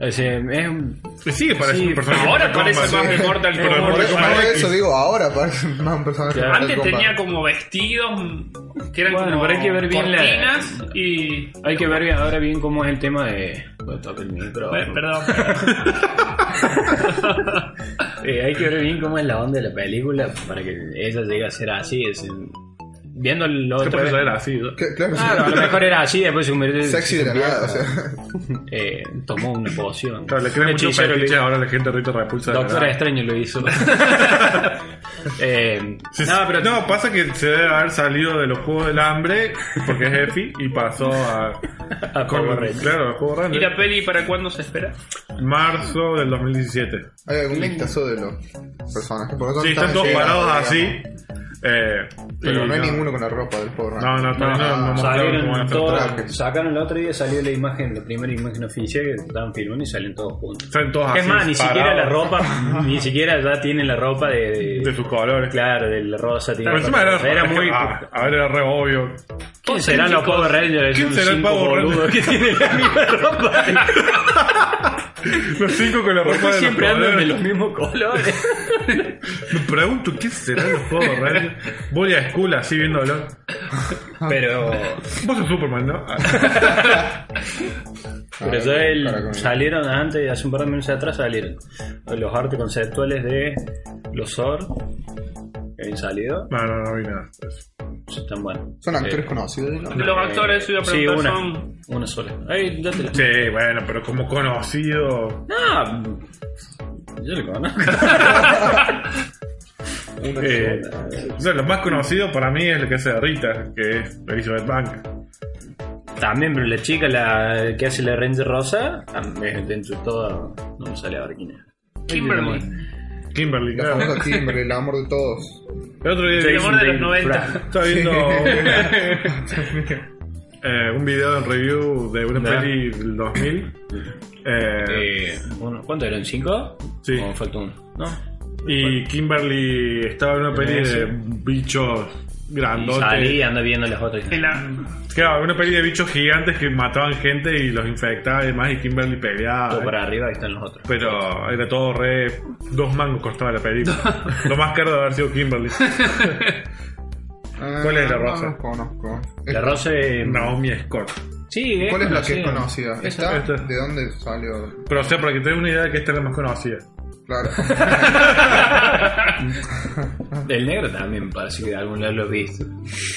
D: Es, eh, es un-
A: Y sigue pareciendo
D: Sí,
A: un personaje. de
B: ahora
A: Mortal
B: parece
A: Kombat,
B: más
A: sí.
B: de Mortal
A: Pero de
B: Kombat.
C: Por
A: Mortal
C: eso,
A: Kombat
C: por
A: X.
C: eso digo, ahora <laughs> parece más un personaje de
D: Claro.
C: Mortal
B: antes
C: Kombat.
B: tenía como vestidos mm, que eran
D: Bueno,
B: como
D: pero hay que ver bien la-
B: cortinas y...
D: hay que ver bien- ahora bien cómo es el tema de. Voy a tocar el micro.
B: Bueno,
D: <laughs>
B: perdón.
D: Eh, hay que ver bien cómo es la onda de la película para que ella llegue a ser así. es en- viendo lo
A: Que
D: otro.
A: por eso era así, ¿no?
C: Que- claro,
D: Claro, a lo mejor era así, después se convirtió en.
C: sexy de la nada, o sea.
D: eh, tomó una poción.
A: Claro, le
D: Un
A: creen mucho
D: hechicero
A: fetiche
D: le-
A: ahora la gente Rita Repulsa. de
D: Doctor
A: verdad.
D: Extraño
A: <laughs>
D: lo hizo. Eh,
A: Sí, sí.
D: no, pero
A: No, pasa que se debe haber salido de los Juegos del Hambre, porque es Efi, y pasó a...
D: A Power Rangers.
A: Claro, a Juego
B: ¿Y la
A: Rangers.
B: peli para cuándo se espera?
A: Marzo del 2017.
C: Hay algún vistazo de los personajes. Por lo tanto,
A: Sí, están todos
C: llegados,
A: parados
C: digamos.
A: así. Eh,
C: Pero
A: y
C: no hay ninguno con la ropa del pobre.
A: No, no, todavía no, no, mostraron cómo
C: Ah,
A: van a
D: salieron
A: hacer.
D: todos.
C: trajes.
D: Sacaron el otro día, salió la imagen, la primera imagen oficial que estaban filmando y salen todos juntos.
A: Están todos así.
D: Es más, ni
A: Ah, parados,
D: siquiera la ropa, ni siquiera ya tienen la ropa de. de-
A: De sus colores.
D: Claro, del rosa. tiene
A: Pero encima era,
D: era
A: es que-
D: muy.
A: ah, A ver, era re obvio. <laughs>
D: ¿Quién serán los Power Rangers?
A: ¿Quién
D: Son
A: será el
D: cinco
A: Power Ranger?
D: boludos que tienen la
A: <laughs>
D: misma ropa.
A: Los cinco con la
D: ¿Por
A: ropa
D: qué
A: de
D: siempre
A: los
D: andan de
A: colores.
D: los mismos colores?
A: Me pregunto, ¿qué serán los Juegos del Hambre? Voy a escuela así viéndolo.
D: Pero.
A: Vos sos Superman, ¿no? Ah,
C: Ah,
D: Pero ya el- salieron antes, hace un par de meses atrás salieron los artes conceptuales de los Zor que habían salido. pues,
A: No, no, no vi nada. de eso.
D: Están buenos.
C: Son actores
D: Eh,
C: conocidos, ¿no?
B: De los actores, yo iba a
D: Sí,
B: preguntar,
D: una.
B: son...
D: Una sola. Ay, ya te la-
A: Sí, bueno, pero como conocido.
D: Ah, yo
A: <laughs>
D: le conozco.
A: eh, o sea, lo más conocido para mí es el que hace de Rita, que es Elizabeth Banks.
D: También, pero la chica la que hace la Ranger Rosa, ah, es dentro de todo, no me sale ahora quién es.
B: Kimberly.
A: Kimberly,
C: La
D: <laughs>
A: claro.
C: famosa Kimberly, el amor de todos.
A: El otro día
B: El
A: vi-
B: amor de los
D: Jason
B: 90.
D: Frank.
A: estaba viendo <laughs> eh, un video en review de una
D: Ya.
A: peli del 2000. Eh,
D: Eh, uno- ¿Cuántos eran? ¿Cinco?
A: Sí.
D: ¿O falta uno? No.
A: y Kimberly estaba en una peli
D: Sí.
A: de bichos
D: Y
A: grandotes.
D: salí y anda viendo las otras.
B: En la,
A: Claro, una peli de bichos gigantes que mataban gente y los infectaba y demás, y Kimberly
D: Todo
A: peleaba.
D: para arriba, ahí están los otros.
A: Pero era todo re. Dos mangos costaba la
D: <laughs>
A: película. Lo más caro de haber sido Kimberly.
C: Ah,
A: <laughs> ¿Cuál es la
C: no
A: rosa?
C: los conozco.
D: La Rosa eh,
A: Naomi Scott.
D: Sí,
C: ¿Cuál es la que es
D: conocida?
C: conocida? ¿Esta?
A: esta.
C: ¿De dónde salió?
A: Pero o sea, para que te dé una idea de que esta es la más conocida. <laughs>
C: Claro.
D: El negro también parece que de algún lado lo he visto.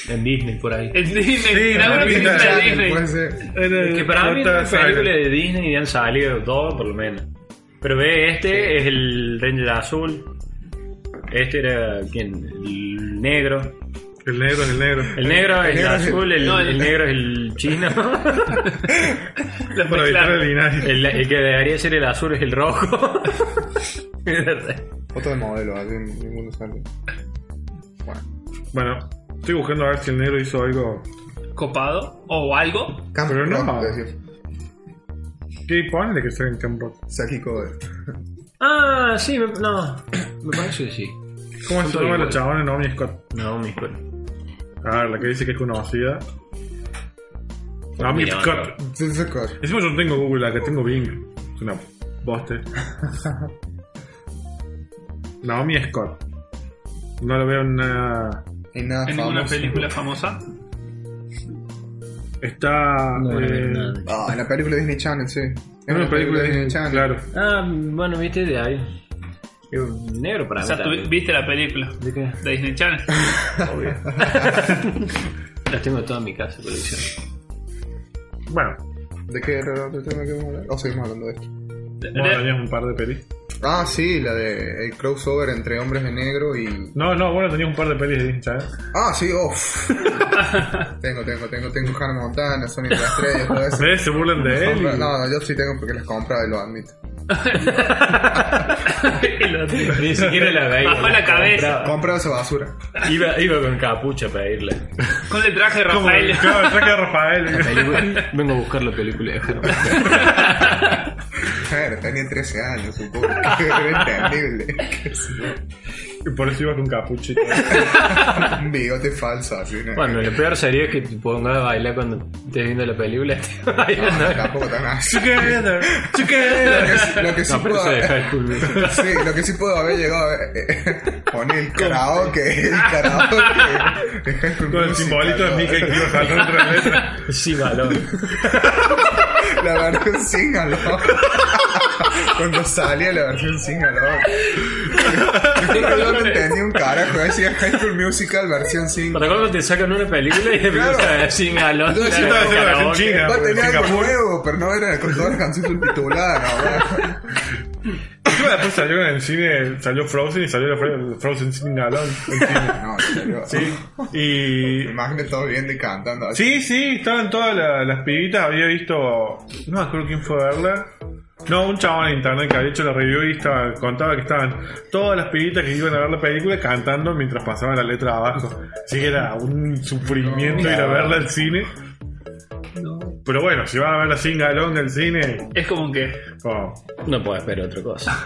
D: En Disney por ahí.
B: en Disney, en
A: la
B: alguna
A: vida,
B: película de Disney.
C: Puede ser.
D: Es que para mí las películas de Disney han salido dos por lo menos. Pero ve, este es el Ranger Azul. Este era ¿quién? el negro.
A: El negro es el negro.
D: El negro es
C: negro
D: el
C: es el-
D: azul, el,
B: no, el-
D: el negro es el <laughs> chino.
B: Los
A: Para evitar
B: mezclaron.
A: el linaje.
D: El, el que debería ser el azul es el rojo. <laughs>
C: Foto de modelo, así ninguno sale. Bueno.
A: Bueno, estoy buscando a ver si el negro hizo algo.
B: copado o algo.
C: Camp
A: Pero no.
C: Rock, es decir,
A: ¿Qué ponle que sea en Camp Rock?
C: Saki Code.
D: ah, sí, me- no. Me parece que sí.
A: ¿Cómo se
D: Soy
A: llama
D: igual.
A: la chabona Naomi Scott?
D: No, mi escuela.
A: A ver, la que dice que es conocida. Naomi
D: Mira,
A: Scott.
C: Saki Code.
A: Encima yo no tengo Google, acá tengo Bing. Es una boste. Naomi Scott. No lo veo en nada.
C: Y nada
B: En ninguna
C: famoso.
B: película famosa.
A: Está.
D: No, no,
A: eh,
D: no, no.
C: Ah, en la película Disney Channel, sí.
A: Es una película de Disney Channel. Claro.
D: Ah, bueno, viste de ahí. Es negro para
B: O
D: mí
B: sea, tú
D: también.
B: viste la película
D: ¿De qué?
B: de Disney Channel.
A: <laughs>
D: Las tengo todas en mi casa, colección.
A: Bueno,
C: ¿De qué era el otro tema que íbamos a hablar? O seguimos hablando de esto.
A: vos tenías un par de pelis.
C: Ah, sí, la de el crossover entre hombres de negro y.
A: No, no, bueno, tenías un par de pelis de Disney Channel.
C: Ah, sí, uff. tengo, tengo, tengo, tengo Hannah Montana, Sonic la Estrella, todo eso.
A: ¿Ves? Se burlan de él.
C: Compra-
A: y-
C: No, no, yo sí tengo porque las compraba y lo admito.
B: Y lo tiró.
D: <laughs> Ni siquiera la veía.
B: Bajó la cabeza.
C: Compraba esa basura.
D: Iba, iba con capucha para irle.
B: Con el traje de
A: Como,
B: Rafael.
A: claro, el traje de
D: <laughs>
A: Rafael.
D: Vengo a buscar la película de Harold.
C: Claro, tenía 13 años, supongo. <laughs> Era entendible. Qué sé yo.
A: y por eso iba con capuchito. <laughs>
C: Un bigote falso, así. ¿no?
D: Bueno, lo peor sería que te pongas a bailar cuando estés viendo la película. estés <laughs>
C: No,
D: bailando.
C: tampoco tan
D: <laughs>
C: así.
A: Together, together.
C: Lo que sí
D: No, pero
C: puedo
D: eso de
C: haber-
D: High School Musical.
C: Sí, lo que sí puedo haber llegado a ver. Poner el karaoke, el karaoke. de High School
A: Con el
C: Musical,
A: simbolito de
C: ¿no?
A: Mickey que iba saltando entre las letras.
D: Sí, balón.
C: La versión Singalo. Cuando salía la versión Singalo. Yo no entendí un carajo. Decía High School Musical versión
D: Para
C: Singalo.
D: cuando te sacan una película y te
C: Claro.
D: empiezas a decir galón.
C: Yo decía,
D: claro,
A: "Estaba haciendo la
D: karaoke".
A: china".
C: Va a tener algo
A: Singapur.
C: nuevo, pero no era con todas las canciones tituladas. ¿no?
A: Encima después salió en el cine, salió Frozen y salió la Fro- Frozen sin galón. en cine.
C: No, en serio. <laughs>
A: Sí. Y
C: Imagínate todo viendo y cantando así.
A: Sí, sí, estaban todas la- las pibitas. Había visto. No me acuerdo quién fue a verla. No, un chabón en internet que había hecho la review y estaba- contaba que estaban todas las pibitas que iban a ver la película cantando mientras pasaba la letra abajo. Así que era un sufrimiento ir a verla al cine. Pero bueno, si vas a ver la singalón del cine,
B: Es como que.
A: oh,
D: No puedo esperar otra cosa.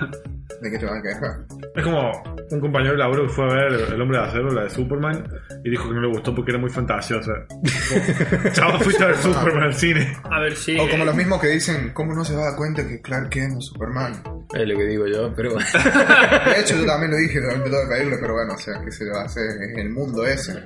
C: ¿De qué te van a quejar?
A: es como un compañero de laburo que fue a ver El Hombre de Acero, la de Superman, y dijo que no le gustó porque era muy fantasiosa. Como, Chabón, fuiste a ver Superman al cine.
B: A ver si.
C: O como los mismos que dicen, ¿cómo no se va a dar cuenta que Clark Kent es Superman?
D: Es lo que digo yo, pero <laughs> bueno.
C: De hecho, yo también lo dije durante toda la película, pero bueno, o sea, que se le va a hacer en el mundo ese.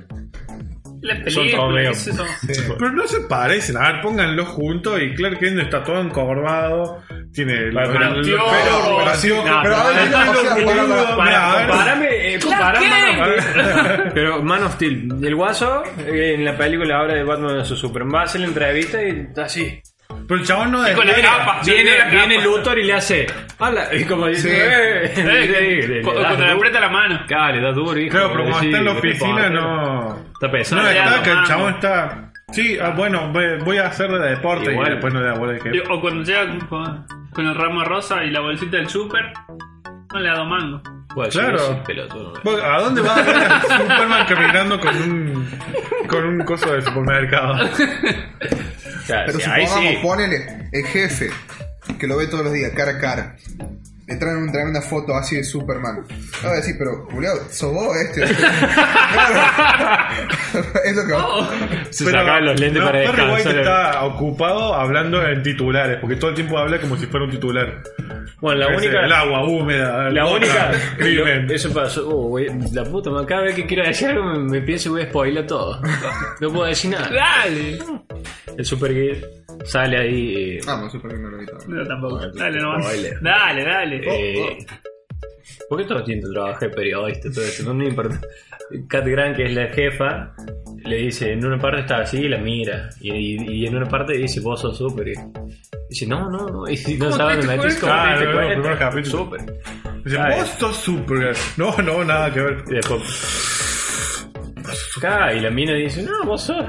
B: La
D: Son todos
B: película,
D: medio-
B: ¿qué es eso?
A: Pero no se parecen, a ver, pónganlo juntos y Clark Kent está todo encorvado, tiene el
D: Pero-
A: el-
B: tío,
A: pero- pero así-
D: no,
A: pero a ver,
C: no,
A: mira,
C: o sea,
A: los
C: para-
A: boludos,
C: para-
A: mira, a ver,
D: Compárame, eh, compara
B: Clark
D: Man of
A: Kent.
D: Steel. Pero Man of Steel, el guaso eh, en la película ahora de Batman vs Superman va a hacer la entrevista y está así.
A: Pero el chabón no
B: Y con la
A: despliega.
B: grapa.
D: Viene,
B: Yo vi la
D: viene
B: capa.
D: Luthor y le hace. "Hala", Y como dice.
C: Sí.
D: "Eh",
B: Eh,
D: le- le- le-
B: cu-
D: le das
B: Cuando le
D: duro.
B: aprieta la mano.
D: Claro, le da duro, hijo.
A: Claro, pero
D: le
A: como
D: decís,
A: está en la
D: "Este
A: oficina
D: portero".
A: no.
D: Está pesado.
A: No está, que el
B: mano.
A: chabón está. Sí, ah, bueno, ve- voy a hacer de deporte y
D: Igual.
A: después no le da bola al
B: Y-
A: jefe.
B: O cuando llega con, con el ramo rosa y la bolsita del súper, no le ha dado mango.
D: Bueno,
A: Claro.
D: yo soy pelotudo.
A: Vos, ¿A dónde va a ver a Superman caminando con un con un coso de supermercado?
D: Claro,
C: Pero
D: sí, ahí
C: supongamos,
D: sí.
C: ponele el jefe, que lo ve todos los días, cara a cara. Le traen, un- traen una foto así de Superman. Le va a decir, pero, Julio, sos vos este. <laughs> Claro. es lo que
D: Oh. Se
A: Pero-
D: sacaban los lentes
A: no,
D: para
A: Perry White
D: descansar.
A: está ocupado hablando en titulares, porque todo el tiempo habla como si fuera un titular.
D: Bueno, la
A: Ese,
D: única.
A: El agua húmeda.
D: La
A: el
D: única.
A: boca, Crimen.
D: <laughs> Lo- eso pasó. Uh, güey, la puta, man, cada vez que quiero decir algo me, me pienso y voy a spoiler todo. No puedo decir nada.
B: Dale.
D: El Super Gear sale ahí. eh,
C: Vamos, Superman no lo evitaba.
B: No, tampoco.
D: Bueno,
B: Dale, no
D: baile.
B: Dale,
D: <laughs>
B: dale.
D: eh, ¿Por qué todos tienen trabajo de periodista? Todo eso, no me importa. Kat Grant, que es la jefa, le dice: en una parte está así y la mira. Y, y- y en una parte dice: vos sos Super Gear. Dice: no, no, no. Y si no
B: ¿Cómo
D: saben
B: te
D: dónde
B: diste Ah,
A: cuenta?
D: metiste, ¿cómo
A: Claro, los
D: te diste
A: primeros
D: cuenta?
A: capítulos.
D: Super.
A: Dice,
D: Claro.
A: vos sos Supergirl. No, no, nada que ver.
D: Y después. Acá, y la mina dice, no, vos sos.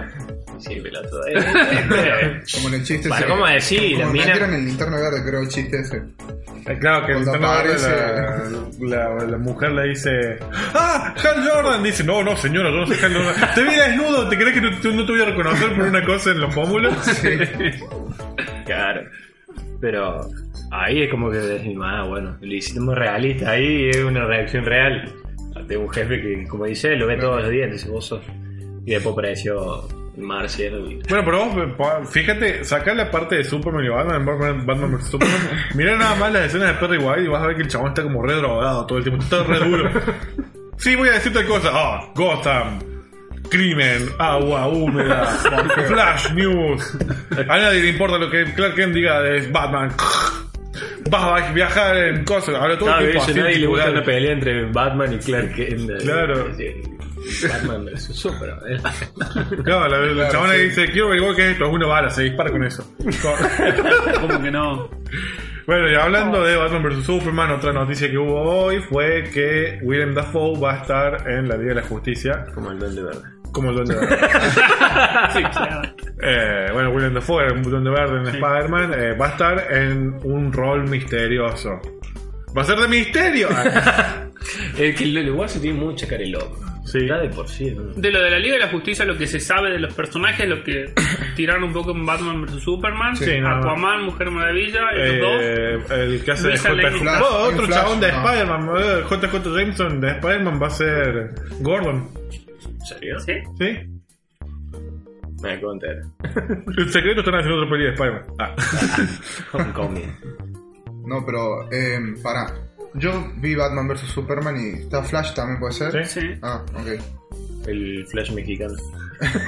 D: Sí, pelotudo.
B: <laughs>
D: eh, eh,
C: Como en el chiste
D: Para,
C: ese-
D: ¿cómo decir? La
C: Como
D: mina-
C: metieron en el linterna verde, creo, el chiste ese.
A: Eh, Claro que
C: Cuando
A: tengo que ver
C: aparece-
A: la, la, la mujer le dice, ah, Hal Jordan. Dice, no, no, señora, yo no soy Hal Jordan. Te vi desnudo, ¿te crees que no, tú no te voy a reconocer por una cosa en los pómulos? <laughs>
D: Claro. Pero ahí es como que decís, ah, bueno, lo hicimos realista. Ahí es una reacción real de un jefe que, como dice, lo ve todos los días. Dice, vos sos. Y después apareció Marciano y.
A: Bueno, pero vos, pa- fíjate, saca la parte de Superman y Batman, Batman, Batman vs
D: <laughs>
A: Superman. Mirá nada más las escenas de Perry White y vas a ver que el chabón está como re drogado todo el tiempo, está re
D: <laughs>
A: duro. Sí, voy a decir tal cosa. Ah, Gotham, crimen, agua
D: <laughs>
A: húmeda, Flash News. A nadie le importa lo que Clark Kent diga de Batman. vas a viajar en cosas. Ahora todo
D: No,
A: el tiempo
D: Ah, dice,
A: así,
D: nadie le gusta
A: titular.
D: una pelea entre Batman y Clark Kent.
A: Claro.
D: Eh, Batman
A: <laughs>
D: versus Superman.
A: Claro, la, la
C: Claro,
A: chabona
C: sí.
A: dice, quiero averiguar qué es esto, es una bala, se dispara con
D: <laughs>
A: eso.
B: Como que no.
A: bueno, y hablando de Batman vs. Superman, otra noticia que hubo hoy fue que Willem Dafoe va a estar en la Liga de la Justicia,
D: Como el Duende Verde.
A: como el Duende Verde.
B: Sí, claro.
A: Eh, bueno, Willem Dafoe era un Duende Verde en Spider-Man, eh, va a estar en un rol misterioso. ¡Va a ser de misterio!
D: El que el Watson tiene mucha cara y loco.
A: Sí.
D: Ya de por sí. ¿no?
B: De lo de la Liga de la Justicia, lo que se sabe de los personajes, lo que tiraron un poco en Batman vs Superman,
A: Sí, nada más.
B: Aquaman, Mujer Maravilla, esos dos.
A: Eh, el que hace
B: Luis
A: JJ
B: Allen.
A: Flash. Oh, otro
C: Hay un Flash,
A: chabón de
C: ¿no?
A: Spider-Man, eh, JJ Jameson de Spider-Man va a ser Gordon,
D: ¿En serio?
B: ¿Sí?
A: ¿sí?
D: Me voy a contar.
A: El secreto están haciendo otra peli de Spider-Man. Ah. <laughs>
D: Hong Kong.
C: No, pero, eh, pará. Yo vi Batman vs Superman y está Flash también, ¿puede ser?
B: Sí.
C: Ah, ok.
D: El Flash mexicano.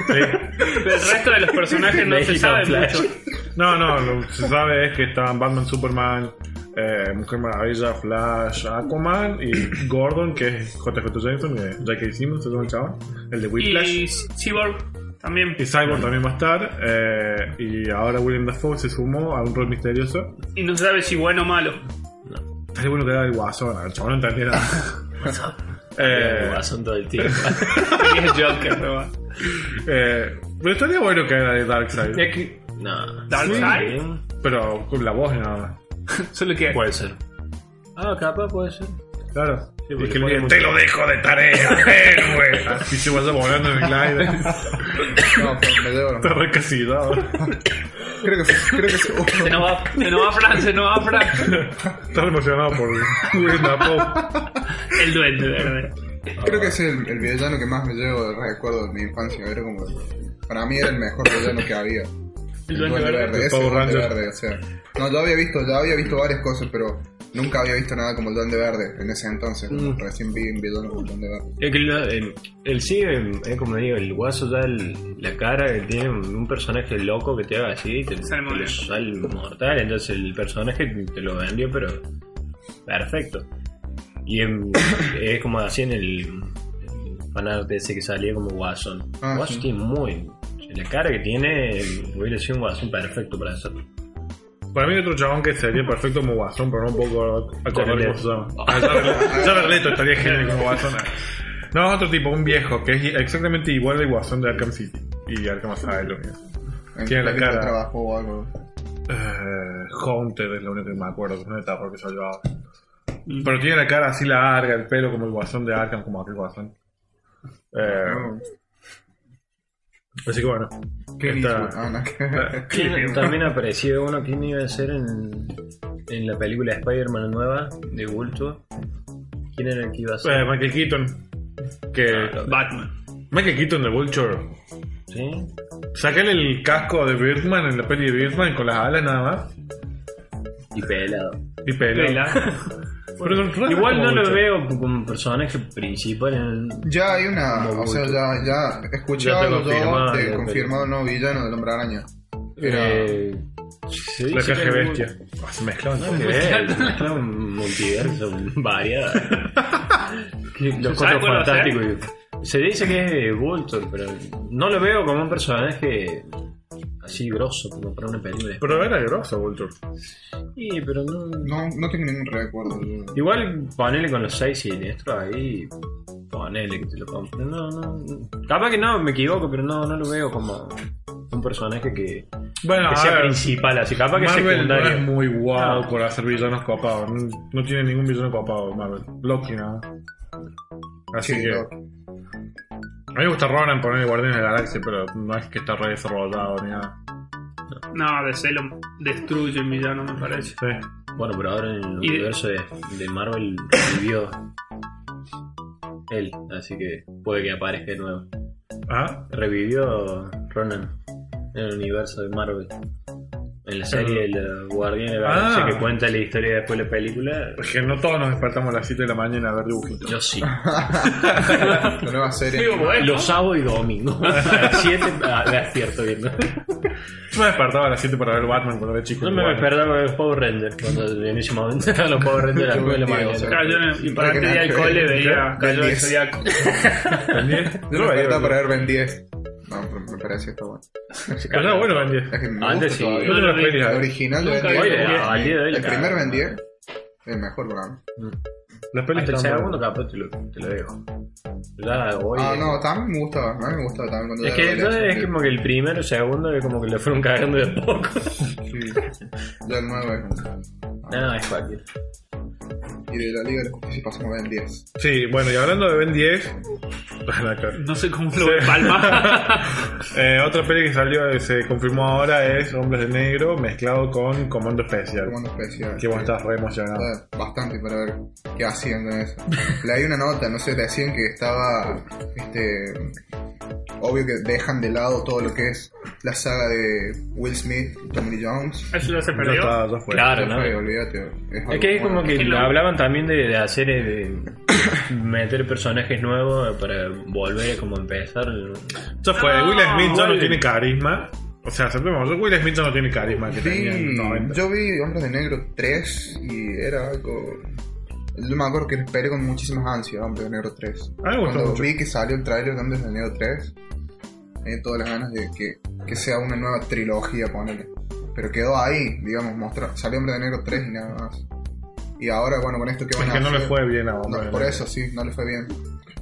B: Pero el resto de los personajes no se
D: México
B: sabe
D: Flash.
B: mucho.
A: No, no, lo que se sabe es que estaban Batman, Superman, eh, Mujer Maravilla, Flash, Aquaman y Gordon, que es JJ Jameson, eh, ya que hicimos, se llama el chaval, el de Whiplash.
B: Y
A: Y,
B: Cyborg también.
A: Cyborg también va a estar. eh, y ahora William Dafoe se sumó a un rol misterioso.
B: Y no se sabe si bueno o malo.
A: Estaría bueno que era el guasón, el chabón no entendía nada.
D: El
A: <laughs> Eh,
D: Guasón todo el tiempo.
B: Y es Joker, ¿no?
A: eh, pero estaría bueno que era de Darkseid,
D: Es que. No.
B: Darkseid.
A: pero con la voz nada más.
B: Solo que.
D: Puede ser. Ah, capaz puede ser.
A: Claro.
D: porque
A: Y que
D: pone
A: le diga,
D: mucho-
A: te lo dejo de <laughs> tarea, héroe. Así se vaya volando en el glider.
C: No, pero me debo.
A: Está recasidado.
C: Creo que fue, creo que
D: <laughs>
C: fue-
B: Se nos va, se nos va Fran, se nos va Fran.
A: Está emocionado por Willem Dafoe.
B: El duende verde.
C: Creo que es el, el villano que más me llevo de recuerdo de mi infancia. Era como. Para mí era el mejor villano
A: <laughs>
C: que había.
B: El
C: Duende
B: duende verde.
C: verde, ese
A: Power
C: Duende
A: Ranger.
C: verde, o sea. No, yo había visto, yo había visto varias cosas, pero nunca había visto nada como el Duende Verde en ese entonces.
D: Mm.
C: Recién vi un villano como el Duende Verde.
D: Es que lo- el, el sí, em, es como digo, el guaso da el- la cara que tiene un personaje loco que te haga así, te,
B: Sale
D: te
B: muy
D: lo
B: bien.
D: sale mortal, entonces el personaje te lo vendió, pero perfecto. Y em, es como así en el, el fanart ese que salía como guasón.
C: Ah,
D: guaso
C: sí.
D: tiene muy... La cara que tiene em, hubiera sido un guasón perfecto para hacerlo.
A: Para mí hay otro chabón que sería perfecto como Guasón, pero no puedo acordar cómo se llama. Ah, ya Rel- ya Releto estaría genial como Guasón. No, otro tipo, un viejo, que es exactamente igual al Guasón de Arkham City. Y Arkham Asylum.
C: En
A: Tiene la
C: película
A: cara.
C: de trabajo o algo.
A: Eh, Haunted es lo único que me acuerdo, es una etapa que salió ahora. Pero tiene la cara así larga, el pelo como el guasón de Arkham, como aquel guasón. Eh,
C: No,
A: Así que bueno.
C: Clint
A: Esta,
C: Eastwood. Ah, no, <laughs> que-
D: ¿Quién- También apareció uno que iba a ser en, en la película de Spider-Man nueva de Vulture. ¿Quién era el que iba a ser?
A: eh, Michael Keaton. Que.
B: Ah, Batman.
A: Michael Keaton de Vulture.
D: ¿Sí?
A: Sácale el casco de Birdman en la peli de Birdman con las alas nada más.
D: Y pelado.
A: Y pela.
B: Vela.
D: Igual no lo veo como personaje principal en.
C: Ya hay una.
D: Como
C: O sea,
D: mucho.
C: ya, ya escuché
D: Ya te
C: algo
D: confirmado,
C: yo
D: ya
C: de
D: te-
C: confirmado no villano del hombre araña.
D: Eh, se
A: La
D: dice que
A: caja
D: era un-
A: bestia. Ah, se mezclaban.
D: No, que es, mezcla un multiverso, varias. <laughs>
B: ¿Sabes
D: Los cuatro
B: cuál va a ser?
D: fantásticos. y- Se dice que es eh, Vulture, pero no lo veo como un personaje así grosso como para una película. de
A: Pero era grosso Vulture.
D: Sí, pero no.
C: No, no tengo ningún recuerdo. yo-
D: Igual ponele con los seis siniestros ahí. Ponele que te lo compro. No, no. no. Capaz que no, me equivoco, pero no, no lo veo como un personaje que,
A: Bueno,
D: que
A: a
D: sea
A: ver,
D: principal, así capaz que
A: Marvel no es
D: secundario.
A: muy guau
D: No.
A: por hacer villanos copados. No, no tiene ningún villano copado Marvel. Loki nada. Así
C: Sí,
A: que.
C: no.
A: A mí me gusta Ronan poner Guardianes de la Galaxia, pero no es que está re desarrollado ni nada.
B: No, de Celo destruye el villano, me parece.
A: Sí.
D: Bueno, pero ahora en el
B: Y de-
D: universo de, de Marvel vivió él, así que puede que aparezca de nuevo.
A: ¿Ah?
D: Revivió Ronan en el universo de Marvel. En la serie de los Guardianes de la
A: Ah.
D: Galaxia que cuenta la historia después de la película.
A: Porque no todos nos despertamos a las 7 de la mañana a ver dibujitos. <laughs>
D: Yo sí.
C: La nueva serie.
B: Digo, bueno.
D: <laughs> ah, Los sábados y domingos. A las 7 despierto viendo.
A: Yo me despertaba a las 7 para ver Batman cuando era chico.
D: No me
A: Igual.
D: despertaba el Power Ranger cuando en ese <laughs> momento eran los Power Rangers a las 9 de la
C: Tío, o sea,
D: mañana.
B: Claro, yo no- y para
C: que
B: antes de ir al
C: nada que
B: cole
C: ver.
B: veía
C: Del
B: Cayo del
C: 10.
B: Zodiaco.
A: <laughs> ¿Entendí?
C: Yo no me despertaba para ver Ben 10. No, pero me parece que está bueno.
A: Pero era bueno, Ben 10.
C: Es que me
D: Antes
C: gusta
D: sí.
A: No
C: todavía.
B: Yo
A: te
B: no
A: lo
B: vi.
A: esperas.
C: El original de Ben
B: Nunca
C: 10.
B: vi.
D: Oye, al día de hoy
C: El
D: la-
C: primer Ben 10. El mejor, ¿verdad?
A: Las pelis
D: Hasta el
A: estaban buenas.
D: segundo capaz te lo, te lo dejo. Ya, hoy-
C: Ah, no, también me gustaba. A mí me gustaba también cuando
D: Es
C: era
D: que
C: adolescente.
D: entonces es como que el primero, el segundo, es como que le fueron cagando de a poco.
C: Sí. Ya el 9.
D: no, es cualquier.
C: Y de la Liga de la Justicia pasamos a Ben 10.
A: Sí, bueno, y hablando de Ben <laughs> 10. Nada que ver.
B: No sé cómo lo ve Palma.
A: Eh, otra peli que salió, eh, se confirmó ahora, es Hombres de Negro mezclado con Comando Especial.
C: Como una especie de-
A: Que vos estás re emocionado.
C: Ah, Bastante para ver qué hacían con eso. Leí una nota, no sé, decían que estaba. Este. Obvio que dejan de lado todo lo que es la saga de Will Smith, Tommy Lee Jones.
B: Eso ya se
A: No
B: perdió.
A: estaba, ya fue.
D: Claro,
C: Ya
D: ¿no?
C: fue, olvídate.
D: Es que es
C: algo
D: como
C: Ah, bueno.
D: que
B: lo-
D: hablaban también de, de hacer, eh, de meter personajes nuevos para volver a como empezar.
A: Ya fue.
B: No,
A: Will Smith ya no
D: Will-
A: tiene carisma. O sea, aceptemos, Will Smith ya no tiene carisma que tenía en los 90.
C: Vi, yo vi Hombres de Negro 3 y era algo. Yo me acuerdo que esperé con muchísimas ansias Hombres de Negro 3.
A: A mí me gustó
C: Cuando
A: mucho.
C: vi que salió el tráiler de Hombres de Negro 3, tenía todas las ganas de que, que sea una nueva trilogía, ponele. Pero quedó ahí, digamos, mostrar. Salió Hombres de Negro 3 y nada más. Y ahora, bueno, con esto que van
A: Es
C: a
A: que no le
C: hacer-
A: fue bien a
C: No,
A: Hombres de
C: por
A: Negro.
C: eso sí, no le fue bien.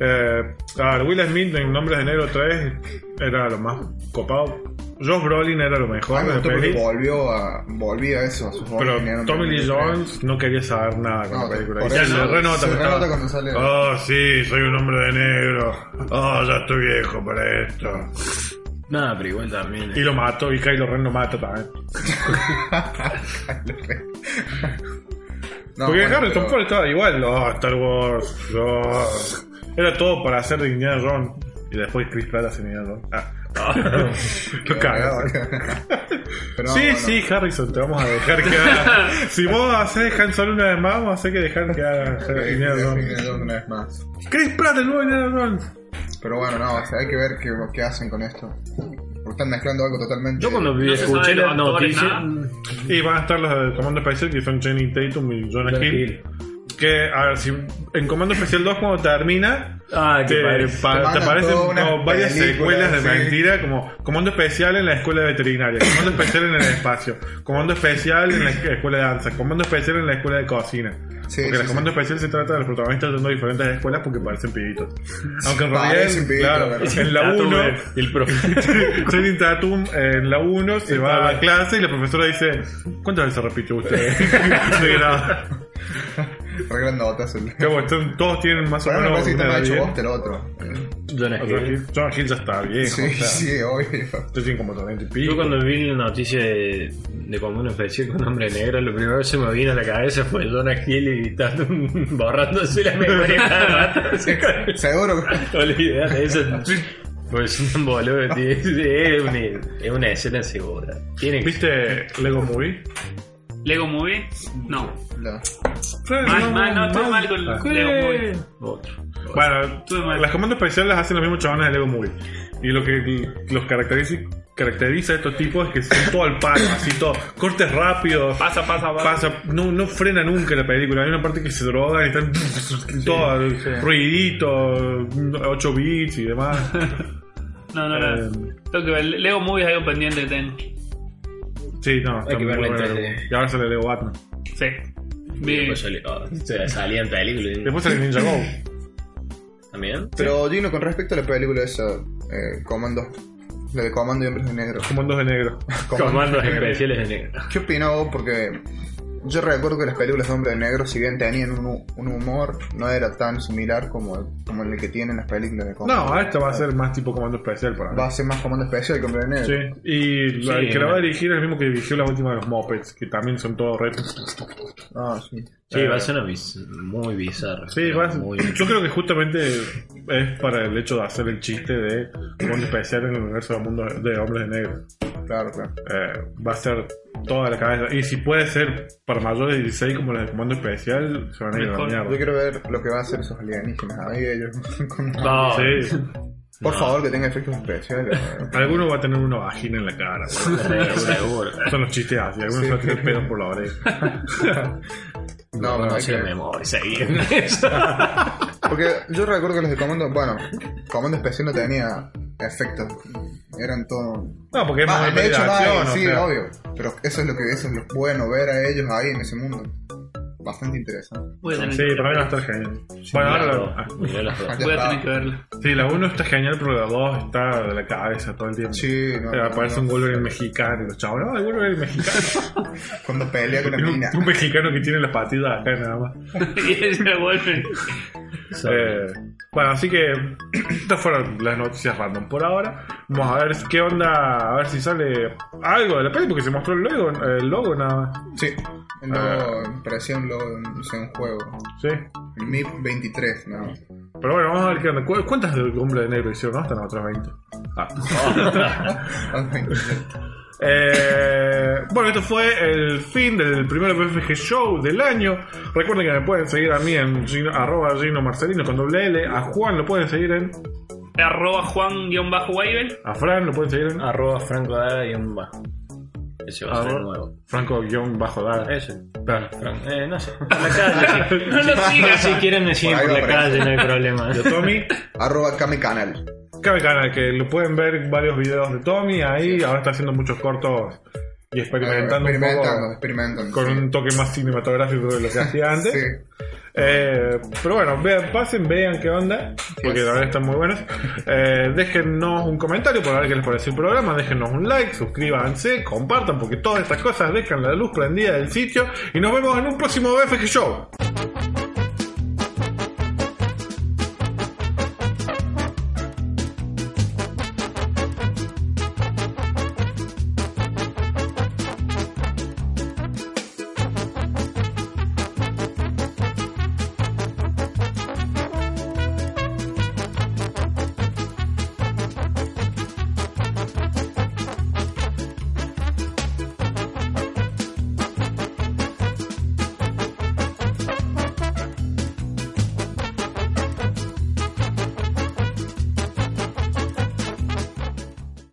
A: Eh, a ver, Will Smith en Nombres de Negro 3 era lo más copado. Josh Brolin era lo
C: A
A: mejor de
C: mí me
A: la
C: gustó porque
A: peli.
C: volvió a, volvió a eso. A sus roles que
A: Pero
C: tenían
A: Tommy
C: Hombres de
A: Lee
C: Negro 3.
A: Jones no quería saber nada con
C: No,
A: la película.
C: por
A: Y ya
C: eso
A: se renota.
C: se
A: porque
C: renota
A: estaba,
C: cuando sale.
A: Oh, sí, soy un hombre de negro. Oh, ya estoy viejo para esto.
D: Nada, pero igual también.
A: Y
D: eh.
A: lo mato, y Kylo Ren lo mata también.
C: No,
A: porque
C: bueno,
A: Harrison
C: pero-
A: Ford estaba igual. Oh, Star Wars. oh. Era todo para hacer de Indiana Jones. Y después Chris Pratt hace Indiana Jones. Ah.
C: <laughs>
A: Lo cagaba.
C: Pero
A: sí,
C: bueno, eh,
A: sí, Harrison, te vamos a dejar que
C: <laughs>
A: haga. si vos haces Han Solo una vez más, vamos a hacer que dejar que haga
C: ok,
A: Indiana
C: ya,
A: Jones.
C: Indiana Jones eh, una vez más.
A: Chris Pratt, el nuevo Indiana Jones.
C: Pero bueno, no, o sea, hay que ver qué, qué hacen con esto. Porque están mezclando algo totalmente.
D: Yo cuando vi-
B: No se
D: escuché
B: sabe
D: la
B: los actores,
D: noticia.
B: nada.
A: Y van a estar los de Comando Especial que son Jenny Tatum y Jonah
D: Jonah
A: Hill.
D: Hill.
A: Que, a ver, si en Comando Especial 2 cuando termina,
D: Ah, qué
A: te, pa-
D: padre.
C: Te
A: te
C: mandan
A: aparecen
C: todas
A: como
C: unas
A: varias
C: películas,
A: secuelas de
C: sí.
A: mentira, como Comando Especial en la escuela veterinaria, Comando Especial en el espacio, Comando Especial en la esc- escuela de danza, Comando Especial en la escuela de cocina.
C: Sí,
A: porque
C: sí,
A: la Comando Especial se trata de los protagonistas yendo a diferentes escuelas porque parecen pibitos. Aunque en realidad,
C: Parecen pibitos,
A: claro,
C: ¿verdad?
A: en la 1
D: Tatum, eh, el profe.
A: <laughs> Channing Tatum en la 1 se va a clase y la profesora dice ¿Cuántas veces repite usted? <laughs> De grado.
C: Arreglan notas. El...
A: Qué bueno, entonces todos tienen más o
C: Pero me
A: menos
C: parece que está
A: una
C: más hecho
A: diez.
C: bosta el otro.
D: Jonah
A: O sea,
D: Hill.
A: que John Hill ya está viejo
C: Sí,
A: o sea,
C: <laughs> sí, <laughs> obvio.
A: ya tiene como 30 y
D: Yo
A: pico
D: cuando vi la noticia de, de como una especie con hombre negro, lo primero que se me vino a la cabeza fue Jonah Hill y Tatum <laughs> borrándose la memoria cada rato. <laughs> así con-
C: Seguro.
D: Olvídate de eso. Pues <laughs> es un boludo, tío. Es una, es una escena segura. Tiene que
A: ¿Viste Lego Movie?
B: Lego Movie. No.
C: No.
B: Mal, mal, no, estoy mal
A: Ah.
B: con Lego Movie.
D: otro.
A: Bueno,
B: Estuve mal.
A: las comandos especiales las hacen los mismos chabones de Lego Movie. Y lo que los caracteriza, caracteriza a estos tipos es que son todo al palo, así todo. Cortes rápidos.
B: Pasa, pasa, pasa.
A: pasa, no, no frena nunca la película. Hay una parte que se drogan y están todo ruidito, 8 bits y demás.
B: No, no,
A: Eh,
B: no. Tengo que ver. Lego Movie es algo pendiente que tengo.
A: sí, no, está
D: Hay que
A: muy
D: verla en
A: buena.
D: 3D.
A: Y ahora sale Lego Batman.
B: Sí. Bien.
D: Después salió- ah, se- salía en película.
A: Después sale Ninja Go.
D: ¿También?
C: Pero Gino, con respecto a la película esa, eh, Comando, la de Comando y Hombres de Negro.
A: Comandos de
C: <laughs>
A: negro.
D: Comandos especiales de negro.
C: ¿Qué opinás vos? Porque yo recuerdo que las películas de Hombre de Negro, si bien tenían un, hu- un humor, no era tan similar como, como el que tienen las películas de Comando.
A: No, esta va a ser más tipo comando especial para mí.
C: Va a ser más Comando Especial que Hombre de Negro.
A: Sí, y la- el
D: Sí,
A: que la va a
D: una-
A: dirigir es el mismo que dirigió la última de los Muppets, que también son todos retos.
C: Ah, sí.
D: Sí, va a ser una bis- muy bizarra.
A: Sí, va-
D: Muy...
A: <laughs> yo creo que justamente es para el hecho de hacer el chiste de comando especial en el universo del mundo de hombres de negro.
C: Claro, claro.
A: eh, va a ser toda la cabeza. Y si puede ser para mayores de 16 como la de comando especial, se van a ir a la
B: Mejor.
A: mierda.
C: <laughs> Yo quiero ver lo que van a hacer esos alienígenas ahí, ellos. con-
D: No,
A: Sí.
C: Por favor, que tenga efectos
A: <laughs>
C: especiales. ¿no?
A: Alguno va a tener una vagina en la cara. boludo. <laughs>
D: Seguro, seguro.
A: Son los chistes así. Algunos
C: Sí.
A: se va a tener pedo por la oreja.
C: No,
D: No,
C: bueno,
D: no
C: hay
D: sé
C: que-
D: memoria, seguir.
C: Porque yo recuerdo que los de comando, bueno, comando especial no tenía efectos. Eran todo.
A: No, porque es
C: Bah,
A: más
C: de
A: de
C: hecho, bah,
A: acción.
C: sí,
A: o sea.
C: obvio. Pero eso es lo que eso es lo bueno ver a ellos ahí en ese mundo. Bastante interesante.
B: Voy a tener,
A: Sí,
B: que,
A: para mí va a estar genial. Bueno, ahora la-
D: Yo las dos.
C: Ya
B: voy a
C: está.
B: tener que verla.
A: Sí, la 1 está genial, pero la 2 está de la cabeza todo el tiempo.
C: Sí, no,
A: O sea,
C: no,
A: aparece
C: no.
A: un Wolverine mexicano y los chavos, no, el Wolverine
C: <laughs>
A: mexicano.
C: Cuando pelea con
A: <laughs>
C: la
A: un,
C: mina.
A: un mexicano que tiene las patitas acá nada más.
B: <laughs> y ella vuelve.
A: Eh, bueno, así que <clears throat> estas fueron las noticias random por ahora. Vamos a ver qué onda, a ver si sale algo de la peli, porque se mostró el logo, el logo nada más.
C: Sí. Luego parecía un logo de un, o sea, un juego.
A: Sí.
C: El MIP 23, ¿no?
A: Pero bueno, vamos a ver qué onda. ¿Cu- ¿Cuántas del cumple de negro hicieron? ¿No? Hasta las otras 20.
C: Ah, 23.
A: Eh, bueno, esto fue el fin del primer BFG Show del año. Recuerden que me pueden seguir a mí en Gino- arroba Gino Marcelino con doble L. A Juan lo pueden seguir en.
B: Arroba Juan-Weibel.
A: A Fran lo pueden seguir en.
D: Arroba Franco Dara y un bajo. Ese va a ser el nuevo.
A: Franco guión bajo dar.
D: Ese. Fran, Fran. Eh, <laughs> no sé. Por la calle.
B: No lo sigas.
D: si quieren me siguen
C: Por ahí
D: por
C: va
D: la
C: apareciendo.
D: calle, no hay problema.
A: Tommy,
C: Arroba Kame Canal.
A: cabe canal que lo pueden ver varios videos de Tommy ahí. Ahora está haciendo muchos cortos y experimentando un
C: experimentando,
A: poco
C: experimentando.
A: con
C: sí.
A: un toque más cinematográfico de lo que hacía antes.
C: Sí.
A: Eh, pero bueno, vean, pasen, vean qué onda, porque la verdad están muy buenos. Eh, déjennos un comentario por ver qué les pareció el programa, déjennos un like, suscríbanse, compartan, porque todas estas cosas dejan la luz prendida del sitio y nos vemos en un próximo BFG Show.